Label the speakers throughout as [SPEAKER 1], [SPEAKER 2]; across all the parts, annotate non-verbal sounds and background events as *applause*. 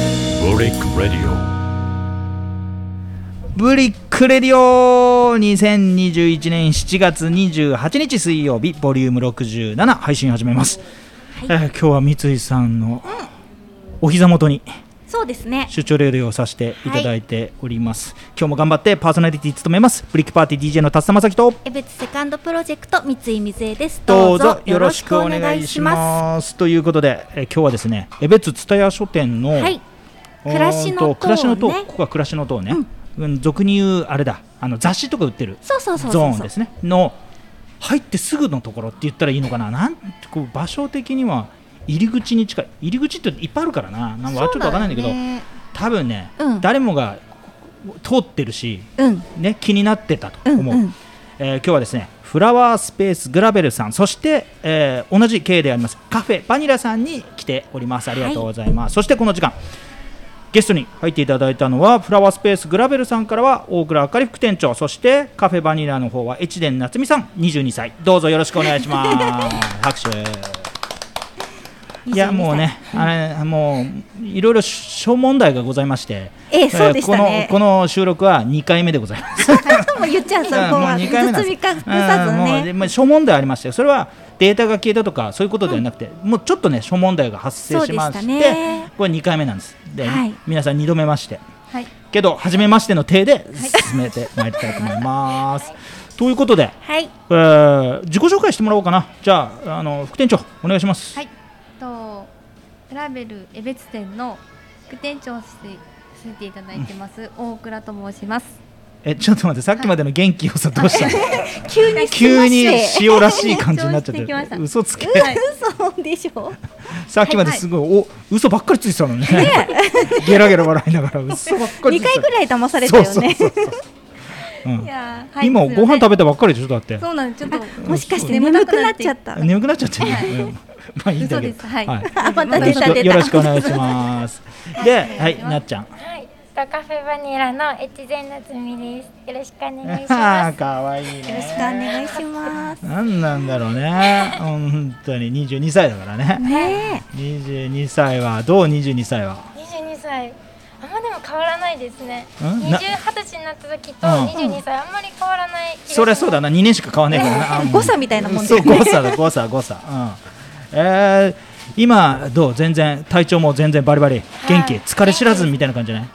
[SPEAKER 1] リック・レディ
[SPEAKER 2] ブリックレディオ2021年7月28日水曜日ボリューム67配信始めます、えー今日は三井さんのお膝元に
[SPEAKER 3] そうですね。
[SPEAKER 2] 出張レディオをさせていただいております、今日も頑張ってパーソナリティ務めますブリックパーティー DJ の達様咲と
[SPEAKER 3] エベツセカンドプロジェクト三井水江です。
[SPEAKER 2] どうぞよろしくお願いしますということで、えー今日はですね江別蔦屋書店の、
[SPEAKER 3] はい。
[SPEAKER 2] うーん
[SPEAKER 3] 暮らしの
[SPEAKER 2] と
[SPEAKER 3] 塔ね
[SPEAKER 2] 暮らしの塔ここが暮らしの塔ね、うん、俗に言うあれだあの雑誌とか売ってる
[SPEAKER 3] そうそうそう
[SPEAKER 2] ゾ
[SPEAKER 3] そう
[SPEAKER 2] ーンですねの入ってすぐのところって言ったらいいのかななんこう場所的には入り口に近い入り口っていっぱいあるからななんかちょっとわかんないんだけど
[SPEAKER 3] そうね
[SPEAKER 2] 多分ね、
[SPEAKER 3] うん
[SPEAKER 2] 誰もが通ってるし、
[SPEAKER 3] うん。
[SPEAKER 2] ね、気になってたと思う、
[SPEAKER 3] うんうん
[SPEAKER 2] えー今日はですねフラワースペースグラベルさんそして、えー同じ経営でありますカフェバニラさんに来ておりますありがとうございます、そしてこの時間ゲストに入っていただいたのはフラワースペースグラベルさんからは大倉あかり副店長そしてカフェバニラの方は越前夏美さん22歳どうぞよろしくお願いします拍手いやもうね、あれもういろいろ諸問題がございまして、
[SPEAKER 3] ええそうでした
[SPEAKER 2] えー
[SPEAKER 3] ね
[SPEAKER 2] このこの収録は2回目でございます。
[SPEAKER 3] 23。もう言っちゃう
[SPEAKER 2] *laughs*
[SPEAKER 3] そこ
[SPEAKER 2] うんもう
[SPEAKER 3] は。
[SPEAKER 2] 2回目なんで
[SPEAKER 3] 包み
[SPEAKER 2] す。
[SPEAKER 3] 隠さず
[SPEAKER 2] うんもうで
[SPEAKER 3] ね。
[SPEAKER 2] まあ諸問題ありましたよ。それはデータが消えたとかそういうことではなくて、もうちょっとね諸問題が発生しまし
[SPEAKER 3] そうで
[SPEAKER 2] て、
[SPEAKER 3] したね
[SPEAKER 2] これ2回目なんです。で、
[SPEAKER 3] はい
[SPEAKER 2] 皆さん2度目まして。
[SPEAKER 3] はい。
[SPEAKER 2] けど初めましての体で進めてまいりたいと思います。ということで、
[SPEAKER 3] はい。
[SPEAKER 2] えー自己紹介してもらおうかな。じゃああの副店長お願いします。
[SPEAKER 4] はい、とトラベル江別店の副店長をしてさせていただいてます、大倉と申します。
[SPEAKER 2] えちょっと待ってさっきまでの元気よさどうしたの？
[SPEAKER 3] 急に
[SPEAKER 2] 急に
[SPEAKER 3] し
[SPEAKER 2] 塩らしい感じになっちゃっ
[SPEAKER 4] 緊張してきましてた
[SPEAKER 2] る。嘘つけ。
[SPEAKER 3] 嘘
[SPEAKER 2] *laughs*
[SPEAKER 3] でしょ。
[SPEAKER 2] さっきまですごい、お嘘ばっかりついてたのね。 *laughs* ゲラゲラ笑いながら嘘ばっかり
[SPEAKER 3] 2
[SPEAKER 2] ついて
[SPEAKER 3] 回
[SPEAKER 2] た。
[SPEAKER 3] ぐらい騙されたよね。
[SPEAKER 2] そうそうそうそううん
[SPEAKER 4] いやー、
[SPEAKER 2] 今ご飯食
[SPEAKER 4] べ
[SPEAKER 2] べたばっかりでしょだって。
[SPEAKER 4] そうなんです。ちょっと
[SPEAKER 3] もしかして眠くなっちゃった。
[SPEAKER 2] 眠くなっちゃってね。うんまあいいんだ
[SPEAKER 4] 嘘
[SPEAKER 2] け
[SPEAKER 4] で
[SPEAKER 2] ど。
[SPEAKER 4] す。はい。
[SPEAKER 3] あまた
[SPEAKER 2] よろ
[SPEAKER 3] 出
[SPEAKER 2] したく
[SPEAKER 3] 出。
[SPEAKER 2] よろしたくお願いします。で、はい、なっちゃん。
[SPEAKER 5] はい、とカフェバニラの越前夏美です。よろしくお願いし
[SPEAKER 2] あ
[SPEAKER 5] ま
[SPEAKER 2] あ、
[SPEAKER 5] す。
[SPEAKER 2] 可愛い
[SPEAKER 3] よろしくお
[SPEAKER 2] ね。
[SPEAKER 3] 願いします。
[SPEAKER 2] なんなんだろうね。本当に二十二歳だからね。
[SPEAKER 3] ね
[SPEAKER 2] 二十二歳はどう二十二歳は。
[SPEAKER 5] 二十二歳。あんまでも変わらないですね。
[SPEAKER 2] ん
[SPEAKER 5] 二
[SPEAKER 2] な
[SPEAKER 5] 十二十歳になった時と
[SPEAKER 2] うん
[SPEAKER 5] 二十二歳あんまり変わらない気がします。
[SPEAKER 2] そりゃそうだな、2年しか買わねえからな。あもう
[SPEAKER 3] 誤差みたいなもんだ
[SPEAKER 2] そ
[SPEAKER 3] よ
[SPEAKER 2] う、
[SPEAKER 3] ね
[SPEAKER 2] 誤差だ、誤差、誤差。うん。えー今どう全然体調も全然バリバリ元気
[SPEAKER 5] はい
[SPEAKER 2] 疲れ知らずみたいな感じじゃない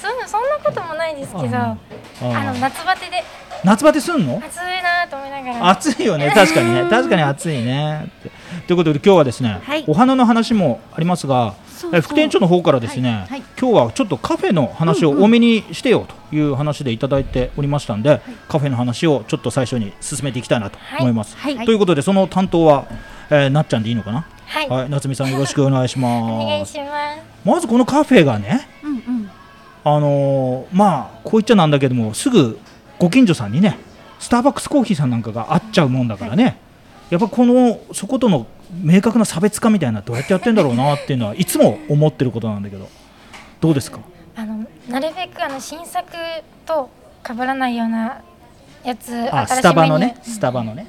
[SPEAKER 5] そんなそんなこともないですけど、
[SPEAKER 2] あ
[SPEAKER 5] あ
[SPEAKER 2] ーあー
[SPEAKER 5] の夏バテで
[SPEAKER 2] 夏バテすんの
[SPEAKER 5] 暑いなと思いながら。
[SPEAKER 2] 暑いよね確かにね確かに暑いねってということで今日はですね、
[SPEAKER 3] はい
[SPEAKER 2] お花の話もありますが
[SPEAKER 3] そうそう
[SPEAKER 2] え副店長の方からですね、
[SPEAKER 4] はい
[SPEAKER 2] 今日はちょっとカフェの話を多めにしてよという話でいただいておりましたんで、カフェの話をちょっと最初に進めていきたいなと思います、
[SPEAKER 3] はいはい
[SPEAKER 2] ということでその担当は、えーなっちゃんでいいのかな
[SPEAKER 5] はい、
[SPEAKER 2] はい、夏美さんよろしくお願いします。
[SPEAKER 5] お願いします。
[SPEAKER 2] まずこのカフェがね、
[SPEAKER 4] うんうん。
[SPEAKER 2] あのーまあこう言っちゃなんだけども、すぐご近所さんにね、スターバックスコーヒーさんなんかが会っちゃうもんだからね、やっぱこのそことの明確な差別化みたいなどうやってやってんだろうなっていうのはいつも思ってることなんだけど、どうですか？
[SPEAKER 5] あのなるべくあの新作と被らないようなやつ
[SPEAKER 2] あ、
[SPEAKER 5] 新し
[SPEAKER 2] ス
[SPEAKER 5] い
[SPEAKER 2] タバ
[SPEAKER 5] メニ
[SPEAKER 2] の
[SPEAKER 5] ュ
[SPEAKER 2] ね、スタバのね。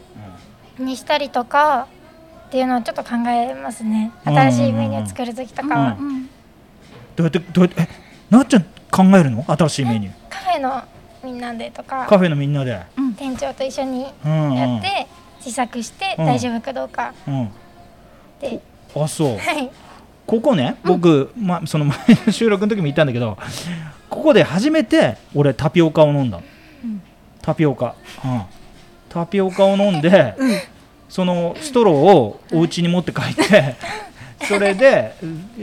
[SPEAKER 5] ーにしたりとかっていうのはちょっと考えますね。
[SPEAKER 2] うん
[SPEAKER 5] 新しいメニュー作る時とか
[SPEAKER 2] う
[SPEAKER 5] は。
[SPEAKER 2] ん。どうやってどうやってえ、なっちゃん考えるの？新しいメニュー。
[SPEAKER 5] カフェのみんなでとか
[SPEAKER 2] カフェのみんなで。
[SPEAKER 5] 店長と一緒にやって、
[SPEAKER 2] うんうん
[SPEAKER 5] 自作して
[SPEAKER 2] うん
[SPEAKER 5] 大丈夫かどうか
[SPEAKER 2] う
[SPEAKER 5] で、
[SPEAKER 2] ん。あ、そう。
[SPEAKER 5] はい
[SPEAKER 2] ここね僕、ま、その *laughs* 前の収録の時も言ったんだけどここで初めて俺タピオカを飲んだの、タピオカ、うん、タピオカを飲んで、そのストローをお家に持って帰って、 *laughs* それで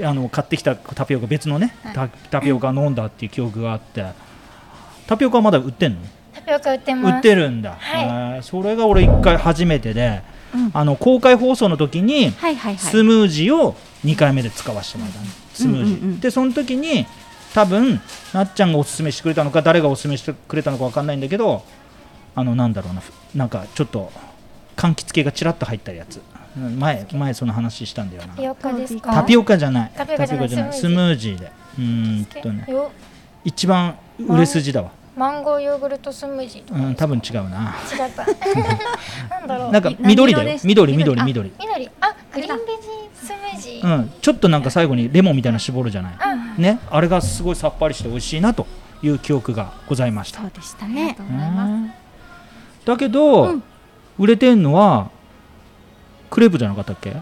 [SPEAKER 2] あの買ってきたタピオカ別のね、タタピオカ飲んだっていう記憶があってタピオカはまだ売ってんの
[SPEAKER 5] タピオカ売ってます
[SPEAKER 2] 売ってるんだ、
[SPEAKER 5] はい
[SPEAKER 2] えーそれが俺一回初めてで、あの公開放送の時に、
[SPEAKER 3] はいはいは
[SPEAKER 2] ス
[SPEAKER 3] い。
[SPEAKER 2] ムージーを2回目で使わせてもらったのスムージー、
[SPEAKER 3] うんうんうん
[SPEAKER 2] でその時に多分なっちゃんがおすすめしてくれたのか誰がおすすめしてくれたのかわかんないんだけどあのなんだろうなふなんかちょっと柑橘系がちらっと入ったやつうん前前その話したんだよ
[SPEAKER 5] タピ
[SPEAKER 2] な
[SPEAKER 5] オカですか
[SPEAKER 2] タピオカじゃない
[SPEAKER 5] タピオカじゃない
[SPEAKER 2] スムージーでうーんとね一番売れ筋だわ
[SPEAKER 5] マンゴーヨーグルトスムージーとか
[SPEAKER 2] うん、多分違うな。
[SPEAKER 5] 違った
[SPEAKER 2] *laughs*
[SPEAKER 5] なんだろう
[SPEAKER 2] なんか緑だよ。
[SPEAKER 4] 何色
[SPEAKER 2] 緑、
[SPEAKER 4] でし
[SPEAKER 2] 緑、
[SPEAKER 4] たあ
[SPEAKER 2] 緑。
[SPEAKER 5] 緑あグリーンベジースムージ
[SPEAKER 2] う
[SPEAKER 5] ー、
[SPEAKER 2] ん、ちょっとなんか最後にレモンみたいなの絞るじゃない。ね、あれがすごいさっぱりして美味しいなという記憶がございました。
[SPEAKER 3] そうでした
[SPEAKER 4] ありが
[SPEAKER 3] ね
[SPEAKER 4] とう。ございます。
[SPEAKER 2] だけど、
[SPEAKER 3] うん
[SPEAKER 2] 売れてんのはクレープじゃなかったっけ、
[SPEAKER 5] ク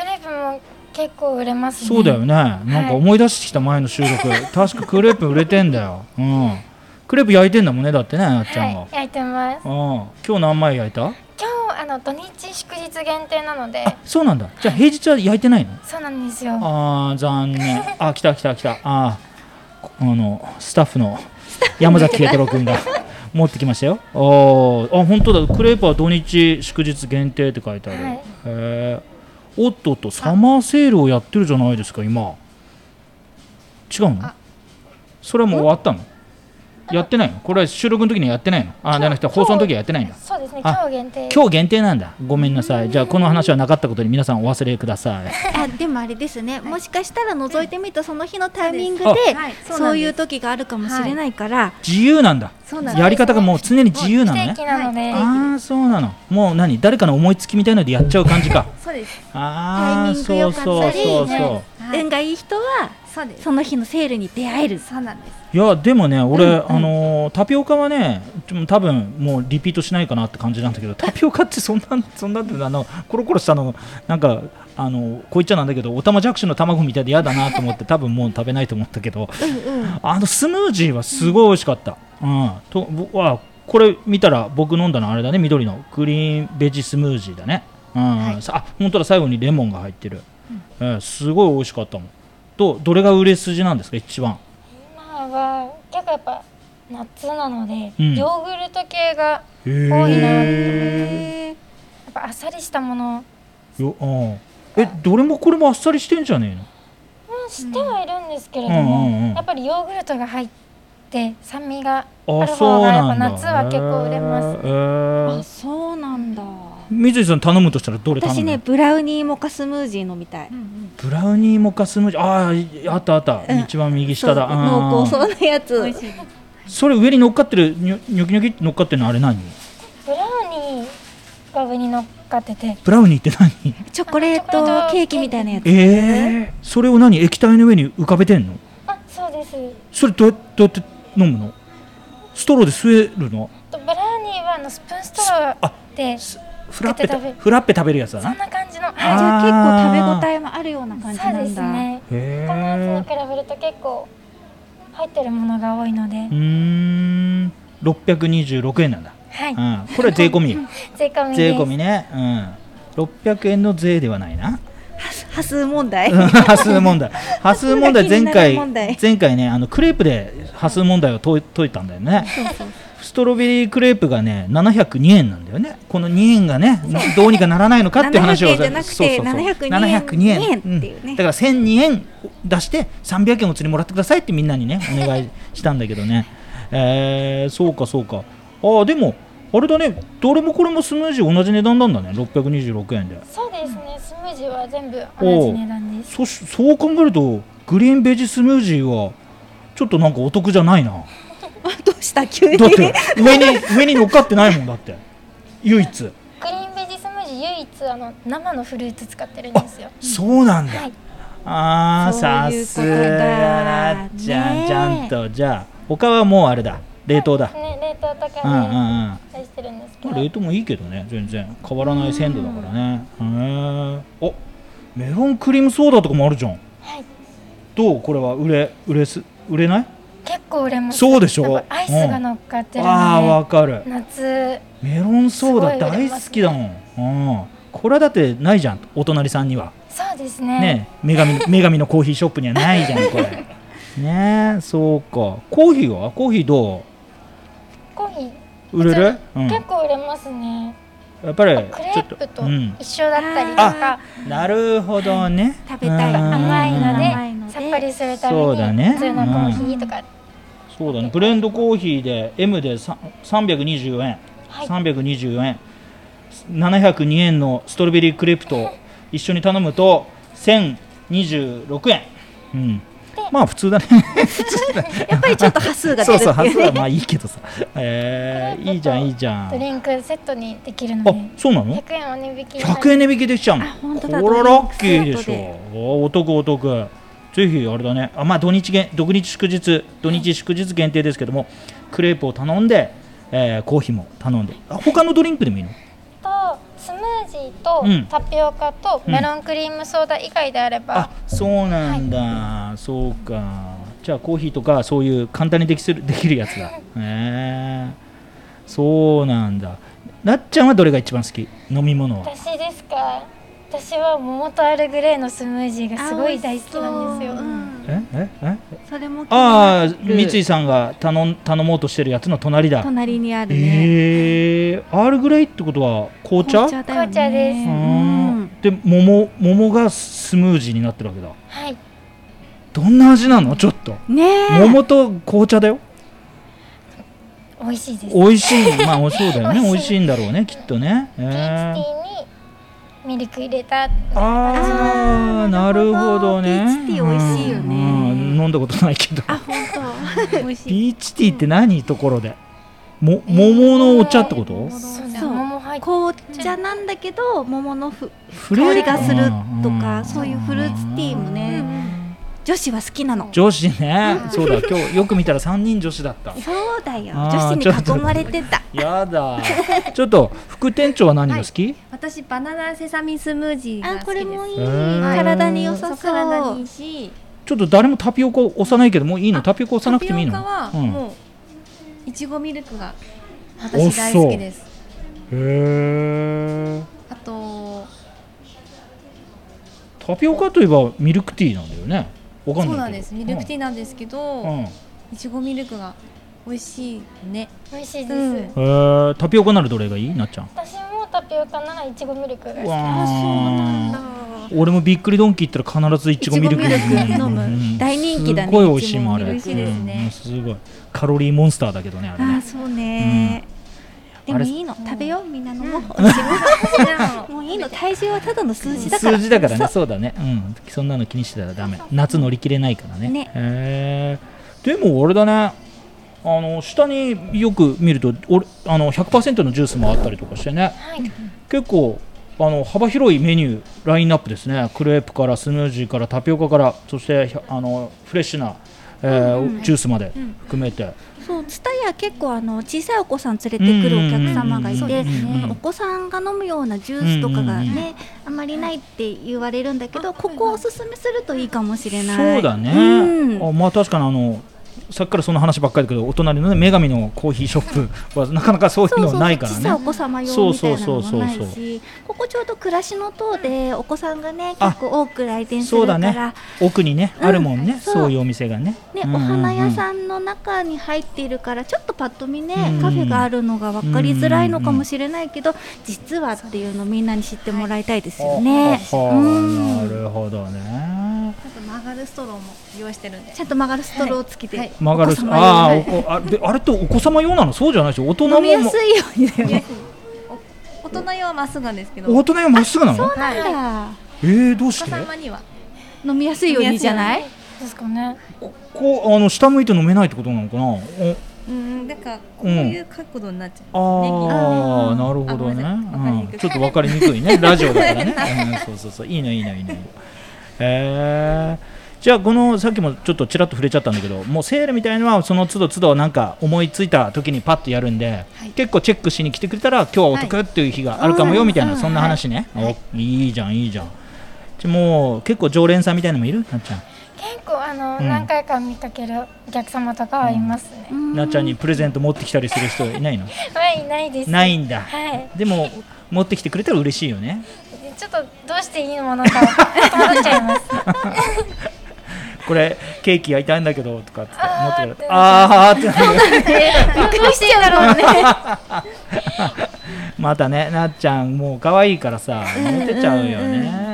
[SPEAKER 5] レープも結構売れますね
[SPEAKER 2] そうだよねなんか思い出してきた前の収録、確かクレープ売れてんだよ、うん、クレープ焼いてんだもんねだってねあっちゃんが、
[SPEAKER 5] はい焼いてます
[SPEAKER 2] うん、今日何枚焼いた
[SPEAKER 5] 今日あの土日祝日限定なので
[SPEAKER 2] あそうなんだじゃあ平日は焼いてないの
[SPEAKER 5] そうなんですよ
[SPEAKER 2] あー残念あ来た来た来たあーこあのスタッフの山崎慶太郎君が持ってきましたよおーあ本当だクレープは土日祝日限定って書いてある、
[SPEAKER 5] はい
[SPEAKER 2] へえおっとっとサマーセールをやってるじゃないですか今違うの
[SPEAKER 4] あ
[SPEAKER 2] それはもう終わったのやってないのこれは収録の時にはやってないのあーじゃなくて放送の時はやってないんだ
[SPEAKER 5] そうですね
[SPEAKER 2] あ
[SPEAKER 5] 今日限定
[SPEAKER 2] 今日限定なんだごめんなさいじゃあこの話はなかったことに皆さんお忘れください
[SPEAKER 3] あ、でもあれですね。もしかしたら覗いてみたその日のタイミング
[SPEAKER 2] あ
[SPEAKER 3] で
[SPEAKER 4] はいそうなんです
[SPEAKER 3] そういう時があるかもしれないから、
[SPEAKER 2] 自由なんだ
[SPEAKER 4] そうなんです
[SPEAKER 2] やり方がもう常に自由なの
[SPEAKER 5] 定
[SPEAKER 2] ね
[SPEAKER 5] 期なので、
[SPEAKER 2] ああそうなのもう何誰かの思いつきみたいのでやっちゃう感じか
[SPEAKER 4] そうです。
[SPEAKER 2] ああ
[SPEAKER 3] タイミング
[SPEAKER 2] そ
[SPEAKER 3] 良
[SPEAKER 2] う
[SPEAKER 3] かった
[SPEAKER 2] そう
[SPEAKER 3] り
[SPEAKER 2] そうそ
[SPEAKER 5] ね
[SPEAKER 4] はい
[SPEAKER 3] 運がいい人は
[SPEAKER 4] そうです。
[SPEAKER 3] その日のセールに出会える。
[SPEAKER 4] そうなんです。
[SPEAKER 2] ういやでもね俺、あのータピオカはねちょ多分もうリピートしないかなって感じなんだけどタピオカってそんなそんなあのコロコロしたのなんかあのこう言っちゃなんだけどおたまじゃくしの卵みたいで嫌だなと思って多分もう食べないと思ったけど
[SPEAKER 3] うんうん。
[SPEAKER 2] あのスムージーはすごい美味しかった。うん、と僕はこれ見たら僕飲んだのあれだね緑のグリーンベジスムージーだね。うん、
[SPEAKER 4] はい
[SPEAKER 2] さあ本当だ最後にレモンが入ってる。うんすごい美味しかったもん。とどれが売れ筋なんですか一番。
[SPEAKER 5] 今は結構やっぱ夏なので、
[SPEAKER 2] うん
[SPEAKER 5] ヨーグルト系がや
[SPEAKER 2] へ
[SPEAKER 5] 多いな
[SPEAKER 2] え。
[SPEAKER 5] っぱあっさりしたもの
[SPEAKER 2] ようん。えどれもこれもあっさりしてんじゃねえの。
[SPEAKER 5] も知ってはいるんですけれども、
[SPEAKER 2] うんうんうん
[SPEAKER 5] やっぱりヨーグルトが入って酸味が
[SPEAKER 2] あ
[SPEAKER 5] ある
[SPEAKER 2] そ
[SPEAKER 5] 方
[SPEAKER 2] う
[SPEAKER 5] がや
[SPEAKER 2] な
[SPEAKER 5] っぱ
[SPEAKER 2] んだ。
[SPEAKER 5] 夏は結構売れます。
[SPEAKER 2] へー。へー
[SPEAKER 3] そうなんだ。
[SPEAKER 2] 水井さん頼むとしたらどれ頼む
[SPEAKER 3] 私
[SPEAKER 2] の
[SPEAKER 3] ねブラウニーモカスムージー飲みたい。
[SPEAKER 2] ブラウニーモカスムージーあああったあった、
[SPEAKER 3] うん
[SPEAKER 2] 一番右下だ
[SPEAKER 3] そう
[SPEAKER 2] うん
[SPEAKER 3] 濃厚そうなやつ。
[SPEAKER 4] 美味しいです。
[SPEAKER 2] それ上に乗っかってるニョニョキニョキって乗っかってるのあれ何
[SPEAKER 5] ブラウニーが上に乗っかってて
[SPEAKER 2] ブラウニーって何
[SPEAKER 3] チョコレートケーキみたいなやつ。
[SPEAKER 2] ええそれを何液体の上に浮かべてんの
[SPEAKER 5] あそうです
[SPEAKER 2] それどうやどうやって飲むのストローで吸えるの
[SPEAKER 5] とブラウニーはあのスプーンストロ
[SPEAKER 2] あ
[SPEAKER 5] ーで
[SPEAKER 2] スフラッペ
[SPEAKER 5] 食べて食べる
[SPEAKER 2] フラッペ食べるやつだ
[SPEAKER 5] そ
[SPEAKER 2] なん
[SPEAKER 5] な感じの
[SPEAKER 3] じ
[SPEAKER 5] はい
[SPEAKER 3] ゃあ結構食べ応えもあるような感じな
[SPEAKER 5] そうで
[SPEAKER 3] ん
[SPEAKER 5] す
[SPEAKER 3] だ。
[SPEAKER 5] ねこのや
[SPEAKER 2] へ
[SPEAKER 5] つに比べると結構入ってるものが多いので、
[SPEAKER 2] えうーん626円なんだ、
[SPEAKER 5] は
[SPEAKER 2] う
[SPEAKER 5] い
[SPEAKER 2] ん、これは税込み
[SPEAKER 5] 税込みです
[SPEAKER 2] 税込みね、うん、600円の税ではないな
[SPEAKER 3] ハスハス問
[SPEAKER 2] *laughs*
[SPEAKER 3] 題。
[SPEAKER 2] うん波数問題波数問
[SPEAKER 3] *laughs*
[SPEAKER 2] 題前
[SPEAKER 3] 気にな
[SPEAKER 2] 回
[SPEAKER 3] る問題
[SPEAKER 2] 前回ねあのクレープで波数問題を
[SPEAKER 3] *laughs*
[SPEAKER 2] 解い解いたんだよねストロベリークレープがね702円なんだよねこの2円がねどうにかならないのかっていう話を
[SPEAKER 3] 700円じゃなくて702円っていうね
[SPEAKER 2] んだから1002円出して300円お釣りもらってくださいってみんなにねお願いしたんだけどねえー、そうかそうかあーでもあれだねどれもこれもスムージー同じ値段なんだね626円で
[SPEAKER 5] そうですねスムージーは全部同じ値段です
[SPEAKER 2] そしそう考えるとグリーンベジスムージーはちょっとなんかお得じゃない *laughs* な
[SPEAKER 3] どうした急 *laughs* に。
[SPEAKER 2] だって上に上に乗っかってないもんだって唯一
[SPEAKER 5] グリーンベジスムージー唯一あの生のフルーツ使ってるんですよ
[SPEAKER 2] そうなんだ、
[SPEAKER 5] はい
[SPEAKER 2] ああさすがらちゃん、
[SPEAKER 3] ねえ
[SPEAKER 2] ちゃんとじゃあ他はもうあれだ冷凍だ、
[SPEAKER 5] ね冷凍と
[SPEAKER 2] うんうん
[SPEAKER 5] か
[SPEAKER 2] うん
[SPEAKER 5] に出してるんですけ
[SPEAKER 2] ま
[SPEAKER 5] ど
[SPEAKER 2] あ冷凍もいいけどね全然変わらない鮮度だからねへえあメロンクリームソーダとかもあるじゃん
[SPEAKER 5] はい
[SPEAKER 2] どうこれは売れ売れす売れない
[SPEAKER 5] 結構売れます
[SPEAKER 2] そうでしょ
[SPEAKER 5] やっぱアイスが乗っかってる
[SPEAKER 2] ああ
[SPEAKER 5] の
[SPEAKER 2] わかる
[SPEAKER 5] で夏
[SPEAKER 2] メロンソーダ
[SPEAKER 5] すごい売
[SPEAKER 2] 大
[SPEAKER 5] れ
[SPEAKER 2] 好
[SPEAKER 5] ます
[SPEAKER 2] きだもん、うん、これはだってないじゃんお隣さんには
[SPEAKER 5] そうですね
[SPEAKER 2] ねえ女神
[SPEAKER 5] *laughs*
[SPEAKER 2] 女神のコーヒーショップにはないじゃんこれねえそうかコーヒーはコーヒーど
[SPEAKER 5] コーヒー
[SPEAKER 2] う売れる、うん、
[SPEAKER 5] 結構売れますね、
[SPEAKER 2] やっぱり
[SPEAKER 5] クレ
[SPEAKER 2] ちょっと
[SPEAKER 5] ープと
[SPEAKER 2] うん、
[SPEAKER 5] 一緒だったりと
[SPEAKER 3] あ
[SPEAKER 5] か、
[SPEAKER 2] なるほどね
[SPEAKER 3] 食べたい
[SPEAKER 2] うん
[SPEAKER 5] 甘いの
[SPEAKER 2] うん
[SPEAKER 5] で
[SPEAKER 3] 甘いので
[SPEAKER 5] さっぱりするため
[SPEAKER 2] そうだね
[SPEAKER 5] に普通のコーヒーとか、
[SPEAKER 2] そうだねブレンドコーヒーで M でさ324円、
[SPEAKER 5] はい
[SPEAKER 2] 324円702円のストロベリークレープと一緒に頼むと1026円、うん、
[SPEAKER 5] で、
[SPEAKER 2] まあ普通だね
[SPEAKER 3] やっぱりちょっと端数
[SPEAKER 2] *laughs*
[SPEAKER 3] が
[SPEAKER 2] そ
[SPEAKER 3] 出
[SPEAKER 2] う
[SPEAKER 3] る
[SPEAKER 2] そう
[SPEAKER 3] って
[SPEAKER 2] 端
[SPEAKER 3] い
[SPEAKER 2] 数
[SPEAKER 3] うね
[SPEAKER 2] はまあいいけどさ、
[SPEAKER 3] *laughs*
[SPEAKER 2] えー、いいじゃんいいじゃん
[SPEAKER 5] ドリンクセットにできるの
[SPEAKER 2] あ
[SPEAKER 5] で、
[SPEAKER 2] そうなの
[SPEAKER 5] 100円お値引きになる
[SPEAKER 2] 100円値引きできちゃうの
[SPEAKER 3] あ本当だ
[SPEAKER 2] これラッキーで
[SPEAKER 3] ドリンク
[SPEAKER 2] し
[SPEAKER 3] セ
[SPEAKER 2] ょ
[SPEAKER 3] ッ
[SPEAKER 2] おお得お得ぜひあれだねあまあ土日限独日祝日土日祝日限定ですけどもクレープを頼んで、えー、コーヒーも頼んであ他のドリンクでもいいの
[SPEAKER 5] とスムージーと
[SPEAKER 2] うん
[SPEAKER 5] タピオカと
[SPEAKER 2] うん
[SPEAKER 5] メロンクリームソーダ以外であれ
[SPEAKER 2] あ
[SPEAKER 5] ば、
[SPEAKER 2] そうなんだ、そうかじゃあコーヒーとかそういう簡単にできするできるやつだへ
[SPEAKER 3] *laughs*
[SPEAKER 2] えそうなんだなっちゃんはどれが一番好き飲み物は
[SPEAKER 5] 私ですか私は桃とアールグレーのスムージーがすごい大好きなんですよ、
[SPEAKER 3] あ美味しそう
[SPEAKER 2] えええ
[SPEAKER 3] うんそれも気に
[SPEAKER 2] ああ
[SPEAKER 3] なる
[SPEAKER 2] 三井さんが頼ん頼もうとしてるやつの隣だ
[SPEAKER 3] *laughs* 隣にあるね、
[SPEAKER 2] へえアールグレイってことは紅茶
[SPEAKER 3] 紅茶だよね
[SPEAKER 5] 紅茶です
[SPEAKER 2] う
[SPEAKER 3] う
[SPEAKER 2] ー
[SPEAKER 3] ん
[SPEAKER 2] んで桃桃がスムージーになってるわけだ
[SPEAKER 5] はい
[SPEAKER 2] どんな味なのちょっと
[SPEAKER 3] ねえ
[SPEAKER 2] 桃と紅茶だ
[SPEAKER 3] *laughs*
[SPEAKER 2] よ
[SPEAKER 5] 美味しいですピー
[SPEAKER 2] 美味しいまあそうだよね美
[SPEAKER 5] 美
[SPEAKER 2] 味
[SPEAKER 5] 味
[SPEAKER 2] し
[SPEAKER 5] し
[SPEAKER 2] いんだろうねきっとね、えー
[SPEAKER 5] チティーにミルク入れた
[SPEAKER 2] ああなるほどね
[SPEAKER 3] ピーチティー美味しいよね
[SPEAKER 2] うん飲んだことないけど
[SPEAKER 3] あ本
[SPEAKER 4] 美味しい。
[SPEAKER 2] ピーチティーって何ところでも桃のお茶ってこと
[SPEAKER 5] そう
[SPEAKER 3] そう
[SPEAKER 5] だ桃入っ
[SPEAKER 3] 当
[SPEAKER 5] て
[SPEAKER 3] 紅茶なんだけど桃のふ
[SPEAKER 2] フレー
[SPEAKER 3] 香りがすると
[SPEAKER 2] う
[SPEAKER 3] か
[SPEAKER 2] ん
[SPEAKER 3] そういうフルーツティーもね女子は好きなの
[SPEAKER 2] 女子ねそうだ今日よく見たら3人女子だった
[SPEAKER 4] *laughs*
[SPEAKER 3] そうだよ
[SPEAKER 2] あ
[SPEAKER 3] 女
[SPEAKER 2] ー
[SPEAKER 3] 子に囲まれてた
[SPEAKER 2] やだちょっと副店長は何が好き、
[SPEAKER 4] 私バナナセサミスムージーが
[SPEAKER 3] *laughs*
[SPEAKER 4] 好きで
[SPEAKER 3] あ
[SPEAKER 4] す。
[SPEAKER 3] これもいい
[SPEAKER 2] へー
[SPEAKER 3] 体に良
[SPEAKER 4] そ
[SPEAKER 3] さ
[SPEAKER 4] う体
[SPEAKER 3] そ
[SPEAKER 4] にいいうし、
[SPEAKER 2] ちょっと誰もタピオカを押さないけどもういいの
[SPEAKER 4] あ
[SPEAKER 2] タピオカ押さなくてもいいの
[SPEAKER 4] タピオカは
[SPEAKER 2] うん
[SPEAKER 4] もういちごミルクが
[SPEAKER 2] おっ
[SPEAKER 4] 私
[SPEAKER 2] そう
[SPEAKER 4] 大好きです。
[SPEAKER 2] へえ
[SPEAKER 4] あと
[SPEAKER 2] タピオカといえばミルクティーなんだよねわかんないけど
[SPEAKER 4] そうなんです。ミルクティーなんですけ
[SPEAKER 2] う
[SPEAKER 4] ど、
[SPEAKER 2] ん、うん
[SPEAKER 4] いちごミルクが美味しい *laughs* ね。
[SPEAKER 5] 美味しいです、
[SPEAKER 4] うん
[SPEAKER 2] えー、タピオカならどれがいいなっちゃん
[SPEAKER 5] 私もタピオカならいちごミルクが好き
[SPEAKER 2] わあ俺もびっくりドンキー行ったら必ずいちごミルク
[SPEAKER 3] いちごミルク飲む
[SPEAKER 2] うん
[SPEAKER 3] 大人気だね
[SPEAKER 2] すっごい美味しいもんあれ
[SPEAKER 4] いちごミルク美味しいですね
[SPEAKER 2] うんすごいカロリーモンスターだけどねあれ
[SPEAKER 3] あ
[SPEAKER 2] ね
[SPEAKER 3] ーそうね
[SPEAKER 2] うん
[SPEAKER 3] で
[SPEAKER 2] あ
[SPEAKER 3] も
[SPEAKER 2] れ
[SPEAKER 3] いいの食べようみんなのも
[SPEAKER 4] で
[SPEAKER 3] *laughs* も
[SPEAKER 4] も
[SPEAKER 3] ういいの体重はただの数字だから
[SPEAKER 2] 数字だからねそうだねうんそんなの気にしてたらダメ夏乗り切れないからね
[SPEAKER 3] ね
[SPEAKER 2] へえでも俺だねあの下によく見ると俺あの100%のジュースもあったりとかしてね
[SPEAKER 5] はい
[SPEAKER 2] 結構あの幅広いメニューラインナップですねクレープからスムージーからタピオカからそしてひゃあのフレッシュな、えージュースまで含めて、
[SPEAKER 3] そう蔦屋結構あの小さいお子さん連れてくるお客様が
[SPEAKER 2] うんうんうんう
[SPEAKER 3] い
[SPEAKER 2] んそうで
[SPEAKER 3] て
[SPEAKER 2] すね
[SPEAKER 3] あのお子さんが飲むようなジュースとかが
[SPEAKER 2] うんうん
[SPEAKER 3] ねあまりないって言われるんだけど
[SPEAKER 4] あ
[SPEAKER 3] ここをおすすめするといいかもしれない
[SPEAKER 2] そうだね、
[SPEAKER 3] うん
[SPEAKER 2] あまあ確かにあのさっきからその話ばっかりだけどお隣のね女神のコーヒーショッ
[SPEAKER 3] *laughs*
[SPEAKER 2] プはなかなかそうい
[SPEAKER 3] そうう
[SPEAKER 2] の
[SPEAKER 3] そう
[SPEAKER 2] ないから
[SPEAKER 3] 小さいお
[SPEAKER 2] ね
[SPEAKER 3] 子様
[SPEAKER 2] そ
[SPEAKER 3] 用
[SPEAKER 2] う
[SPEAKER 3] みた
[SPEAKER 2] そ
[SPEAKER 3] いうな
[SPEAKER 2] そう
[SPEAKER 3] の
[SPEAKER 2] そうそ
[SPEAKER 3] も
[SPEAKER 2] う
[SPEAKER 3] ないしここちょうど暮らしの塔でお子さんがね
[SPEAKER 2] あ
[SPEAKER 3] 結構多く来店す
[SPEAKER 2] そ
[SPEAKER 3] る
[SPEAKER 2] う
[SPEAKER 3] か
[SPEAKER 2] だね
[SPEAKER 3] ら
[SPEAKER 2] 奥にね、
[SPEAKER 3] うん
[SPEAKER 2] あるもんね
[SPEAKER 3] そう
[SPEAKER 2] そういうお店がね
[SPEAKER 3] ね
[SPEAKER 2] うん
[SPEAKER 3] お
[SPEAKER 2] うんうん
[SPEAKER 3] 花屋さんの中に入っているからちょっとパッと見ね
[SPEAKER 2] うん
[SPEAKER 3] カフェがあるのが分かりづらいのかもしれないけど実はっていうのをみんなに知ってもらいたいですよね。
[SPEAKER 2] あは
[SPEAKER 3] うん
[SPEAKER 2] はなるほどね
[SPEAKER 4] あと曲がるストローも利用してるんで
[SPEAKER 3] ち。ゃんと曲がるストローをつけて、
[SPEAKER 4] はい
[SPEAKER 2] 曲がる
[SPEAKER 3] お子様用
[SPEAKER 2] ああ
[SPEAKER 3] は
[SPEAKER 2] お
[SPEAKER 3] い
[SPEAKER 2] こあであれってお子様用なのそうじゃないでしょ大人も
[SPEAKER 3] 飲みやすいようにだよね。
[SPEAKER 4] 大人用はまっすぐなんですけど、
[SPEAKER 2] 大人用まっすぐなの
[SPEAKER 3] そうなんだ
[SPEAKER 2] えー、どう
[SPEAKER 4] お
[SPEAKER 2] し
[SPEAKER 4] 子
[SPEAKER 2] て
[SPEAKER 4] 様には
[SPEAKER 3] 飲みやすいようにじゃない？
[SPEAKER 5] ですかね
[SPEAKER 2] こうあの下向いて飲めないってことなのかなお
[SPEAKER 4] うん、なんかこういう角度になっちゃう。
[SPEAKER 2] ああ、
[SPEAKER 4] ネギ
[SPEAKER 2] なるほどね、
[SPEAKER 4] あごめんなさいわかりに
[SPEAKER 2] う
[SPEAKER 4] く
[SPEAKER 2] ん、ちょっとわかりにく
[SPEAKER 4] い
[SPEAKER 2] いねラジオだからね、うん、そうそうそういいのいいのいいのえー、じゃあこのさっきもちょっとちらっと触れちゃったんだけどもうセールみたいのはその都度都度なんか思いついた時にパッとやるんで、
[SPEAKER 4] はい
[SPEAKER 2] 結構チェックしに来てくれたら今日はお得っていう日があるかもよ
[SPEAKER 3] はい
[SPEAKER 2] みたいな、
[SPEAKER 3] うん
[SPEAKER 2] そんな話ね、おいいじゃんいいじゃんじゃあもう結構常連さんみたいなのもいるなっちゃん
[SPEAKER 5] 結構あの、
[SPEAKER 2] うん
[SPEAKER 5] 何回か見かけるお客様とかはいますね、
[SPEAKER 2] なっちゃん
[SPEAKER 3] に
[SPEAKER 2] にプレゼント持ってきたりする人いないの
[SPEAKER 5] *laughs* はいないです
[SPEAKER 2] ないんだ、
[SPEAKER 5] はい
[SPEAKER 2] でも持ってきてくれたら嬉しいよね
[SPEAKER 5] ちょっとどうしていいものか戸惑っちゃい
[SPEAKER 2] *laughs*
[SPEAKER 5] ます
[SPEAKER 2] これケーキ焼いたんだけどとかっつって持ってくれたあ
[SPEAKER 5] あ
[SPEAKER 2] ーってなる
[SPEAKER 5] どうしてだろうね
[SPEAKER 2] またねなっちゃんもう可愛いからさモテちゃうよね、うん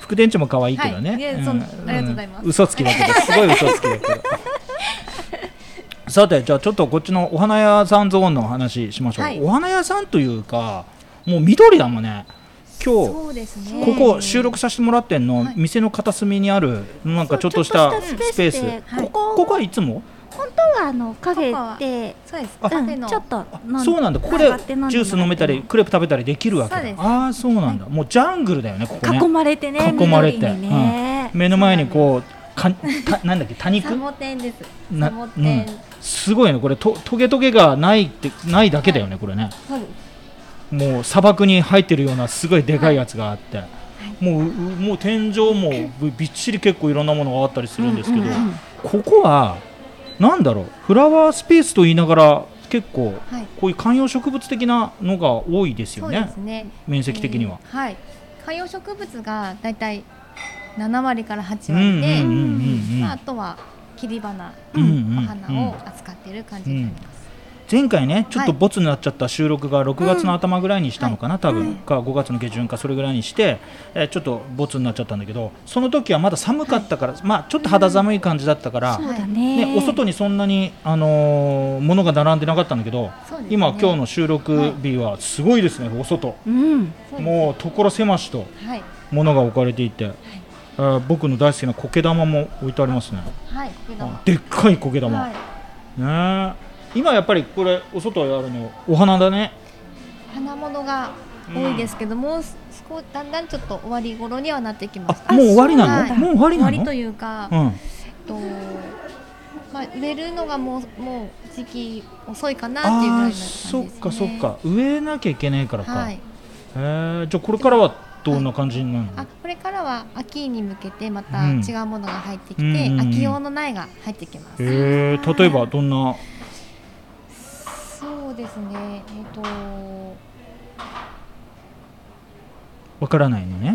[SPEAKER 2] 副店長も可愛いけどね、
[SPEAKER 4] はいいや
[SPEAKER 2] ん
[SPEAKER 4] そんありがとうございます
[SPEAKER 2] ん嘘つきだけどすごい嘘つきだけどさてじゃあちょっとこっちのお花屋さんゾーンの話しましょう、
[SPEAKER 4] はい
[SPEAKER 2] お花屋さんというかもう緑だもんね今日
[SPEAKER 4] そうですね。
[SPEAKER 2] ここ収録させてもらってんの、店の片隅にあるなんかちょっとした
[SPEAKER 3] そうちょっとした
[SPEAKER 2] ス
[SPEAKER 3] ス
[SPEAKER 2] ペー
[SPEAKER 3] ペー
[SPEAKER 2] ス
[SPEAKER 3] スで
[SPEAKER 2] こ
[SPEAKER 3] はい
[SPEAKER 2] ここはいつも
[SPEAKER 3] 本当はあのカフェで、
[SPEAKER 4] そうです。
[SPEAKER 2] あ
[SPEAKER 4] カ
[SPEAKER 3] う
[SPEAKER 4] フェ
[SPEAKER 3] ん、
[SPEAKER 4] の
[SPEAKER 3] ちょっと
[SPEAKER 2] あ
[SPEAKER 3] 飲ん
[SPEAKER 2] そうなんだここで
[SPEAKER 3] 上がってんで
[SPEAKER 2] ジュース飲めたりクレープ食べたりできるわけだ
[SPEAKER 4] そうです
[SPEAKER 2] ああそうなんだもうジャングルだよねここね
[SPEAKER 3] 囲まれてね
[SPEAKER 2] 囲まれて
[SPEAKER 3] 緑にね、
[SPEAKER 2] 目の前にこうかたなんだっけ多肉
[SPEAKER 4] サボテンです。
[SPEAKER 2] な
[SPEAKER 4] サボテ
[SPEAKER 2] う
[SPEAKER 4] ン。
[SPEAKER 2] んすごいねこれとトゲトゲがないってないだけだよねこれね
[SPEAKER 4] そうです。
[SPEAKER 2] もう砂漠に入ってるようなすごいでかいやつがあって、もううもう天井もぶびっちり結構いろんなものがあったりするんですけど、
[SPEAKER 3] うんうんうん
[SPEAKER 2] ここはなんだろうフラワースペースと言いながら結構
[SPEAKER 4] はい。
[SPEAKER 2] こういう観葉植物的なのが多いですよ
[SPEAKER 4] そう
[SPEAKER 2] ね
[SPEAKER 4] ですね。
[SPEAKER 2] 面積的には。
[SPEAKER 4] えーはい。観葉植物がだいたい7割から8
[SPEAKER 2] うんうん
[SPEAKER 4] 割
[SPEAKER 2] うん
[SPEAKER 4] で、
[SPEAKER 2] うん
[SPEAKER 4] まああとは切り花、
[SPEAKER 2] うんうん
[SPEAKER 4] お花を
[SPEAKER 2] うん
[SPEAKER 4] 扱っている感じになります。
[SPEAKER 2] 前回ねちょっと
[SPEAKER 4] はい
[SPEAKER 2] ボツになっちゃった収録が6月の頭ぐらいにしたのかな、多分、か5月の下旬かそれぐらいにして、えーちょっとボツになっちゃったんだけどその時はまだ寒かったから、まあちょっと肌寒い感じだったから、
[SPEAKER 3] そうだね
[SPEAKER 2] ね、お外にそんなに、あのー物が並んでなかったんだけど、
[SPEAKER 4] そうですね
[SPEAKER 2] 今今日の収録日はすごいですね、お外
[SPEAKER 3] うん
[SPEAKER 4] そうです
[SPEAKER 2] もう所狭しと
[SPEAKER 4] はい。
[SPEAKER 2] 物が置かれていて、あー僕の大好きな苔玉も置いてありますね
[SPEAKER 4] はい。普段は
[SPEAKER 2] でっかい苔玉、
[SPEAKER 4] はい。
[SPEAKER 2] ねえ今やっぱりこれお外やるのお花だね
[SPEAKER 4] 花物が多いですけど、もうすこだんだんちょっと終わり頃にはなってきま
[SPEAKER 2] あ
[SPEAKER 4] す。
[SPEAKER 2] もう終わりなの、
[SPEAKER 4] はい
[SPEAKER 2] もう終わり
[SPEAKER 4] 終
[SPEAKER 2] な
[SPEAKER 4] わ
[SPEAKER 2] の
[SPEAKER 4] りというか、
[SPEAKER 2] うん、
[SPEAKER 4] と、まあ、植えるのがもう、もう時期遅いかなっていうぐ
[SPEAKER 2] あ
[SPEAKER 4] らいな感
[SPEAKER 2] ー
[SPEAKER 4] じです、ね。
[SPEAKER 2] そっかそっ。か植えなきゃいけないからか、
[SPEAKER 4] は
[SPEAKER 2] へ
[SPEAKER 4] い。
[SPEAKER 2] えじゃあこれからはどんな感じになるの、
[SPEAKER 4] あ、これからは秋に向けて、また
[SPEAKER 2] うん
[SPEAKER 4] 違うものが入ってきて、
[SPEAKER 2] うんうんうん
[SPEAKER 4] 秋用の苗が入ってきます。
[SPEAKER 2] へえ例えばどんな
[SPEAKER 4] そうですね。えっ、と、
[SPEAKER 2] わからないのね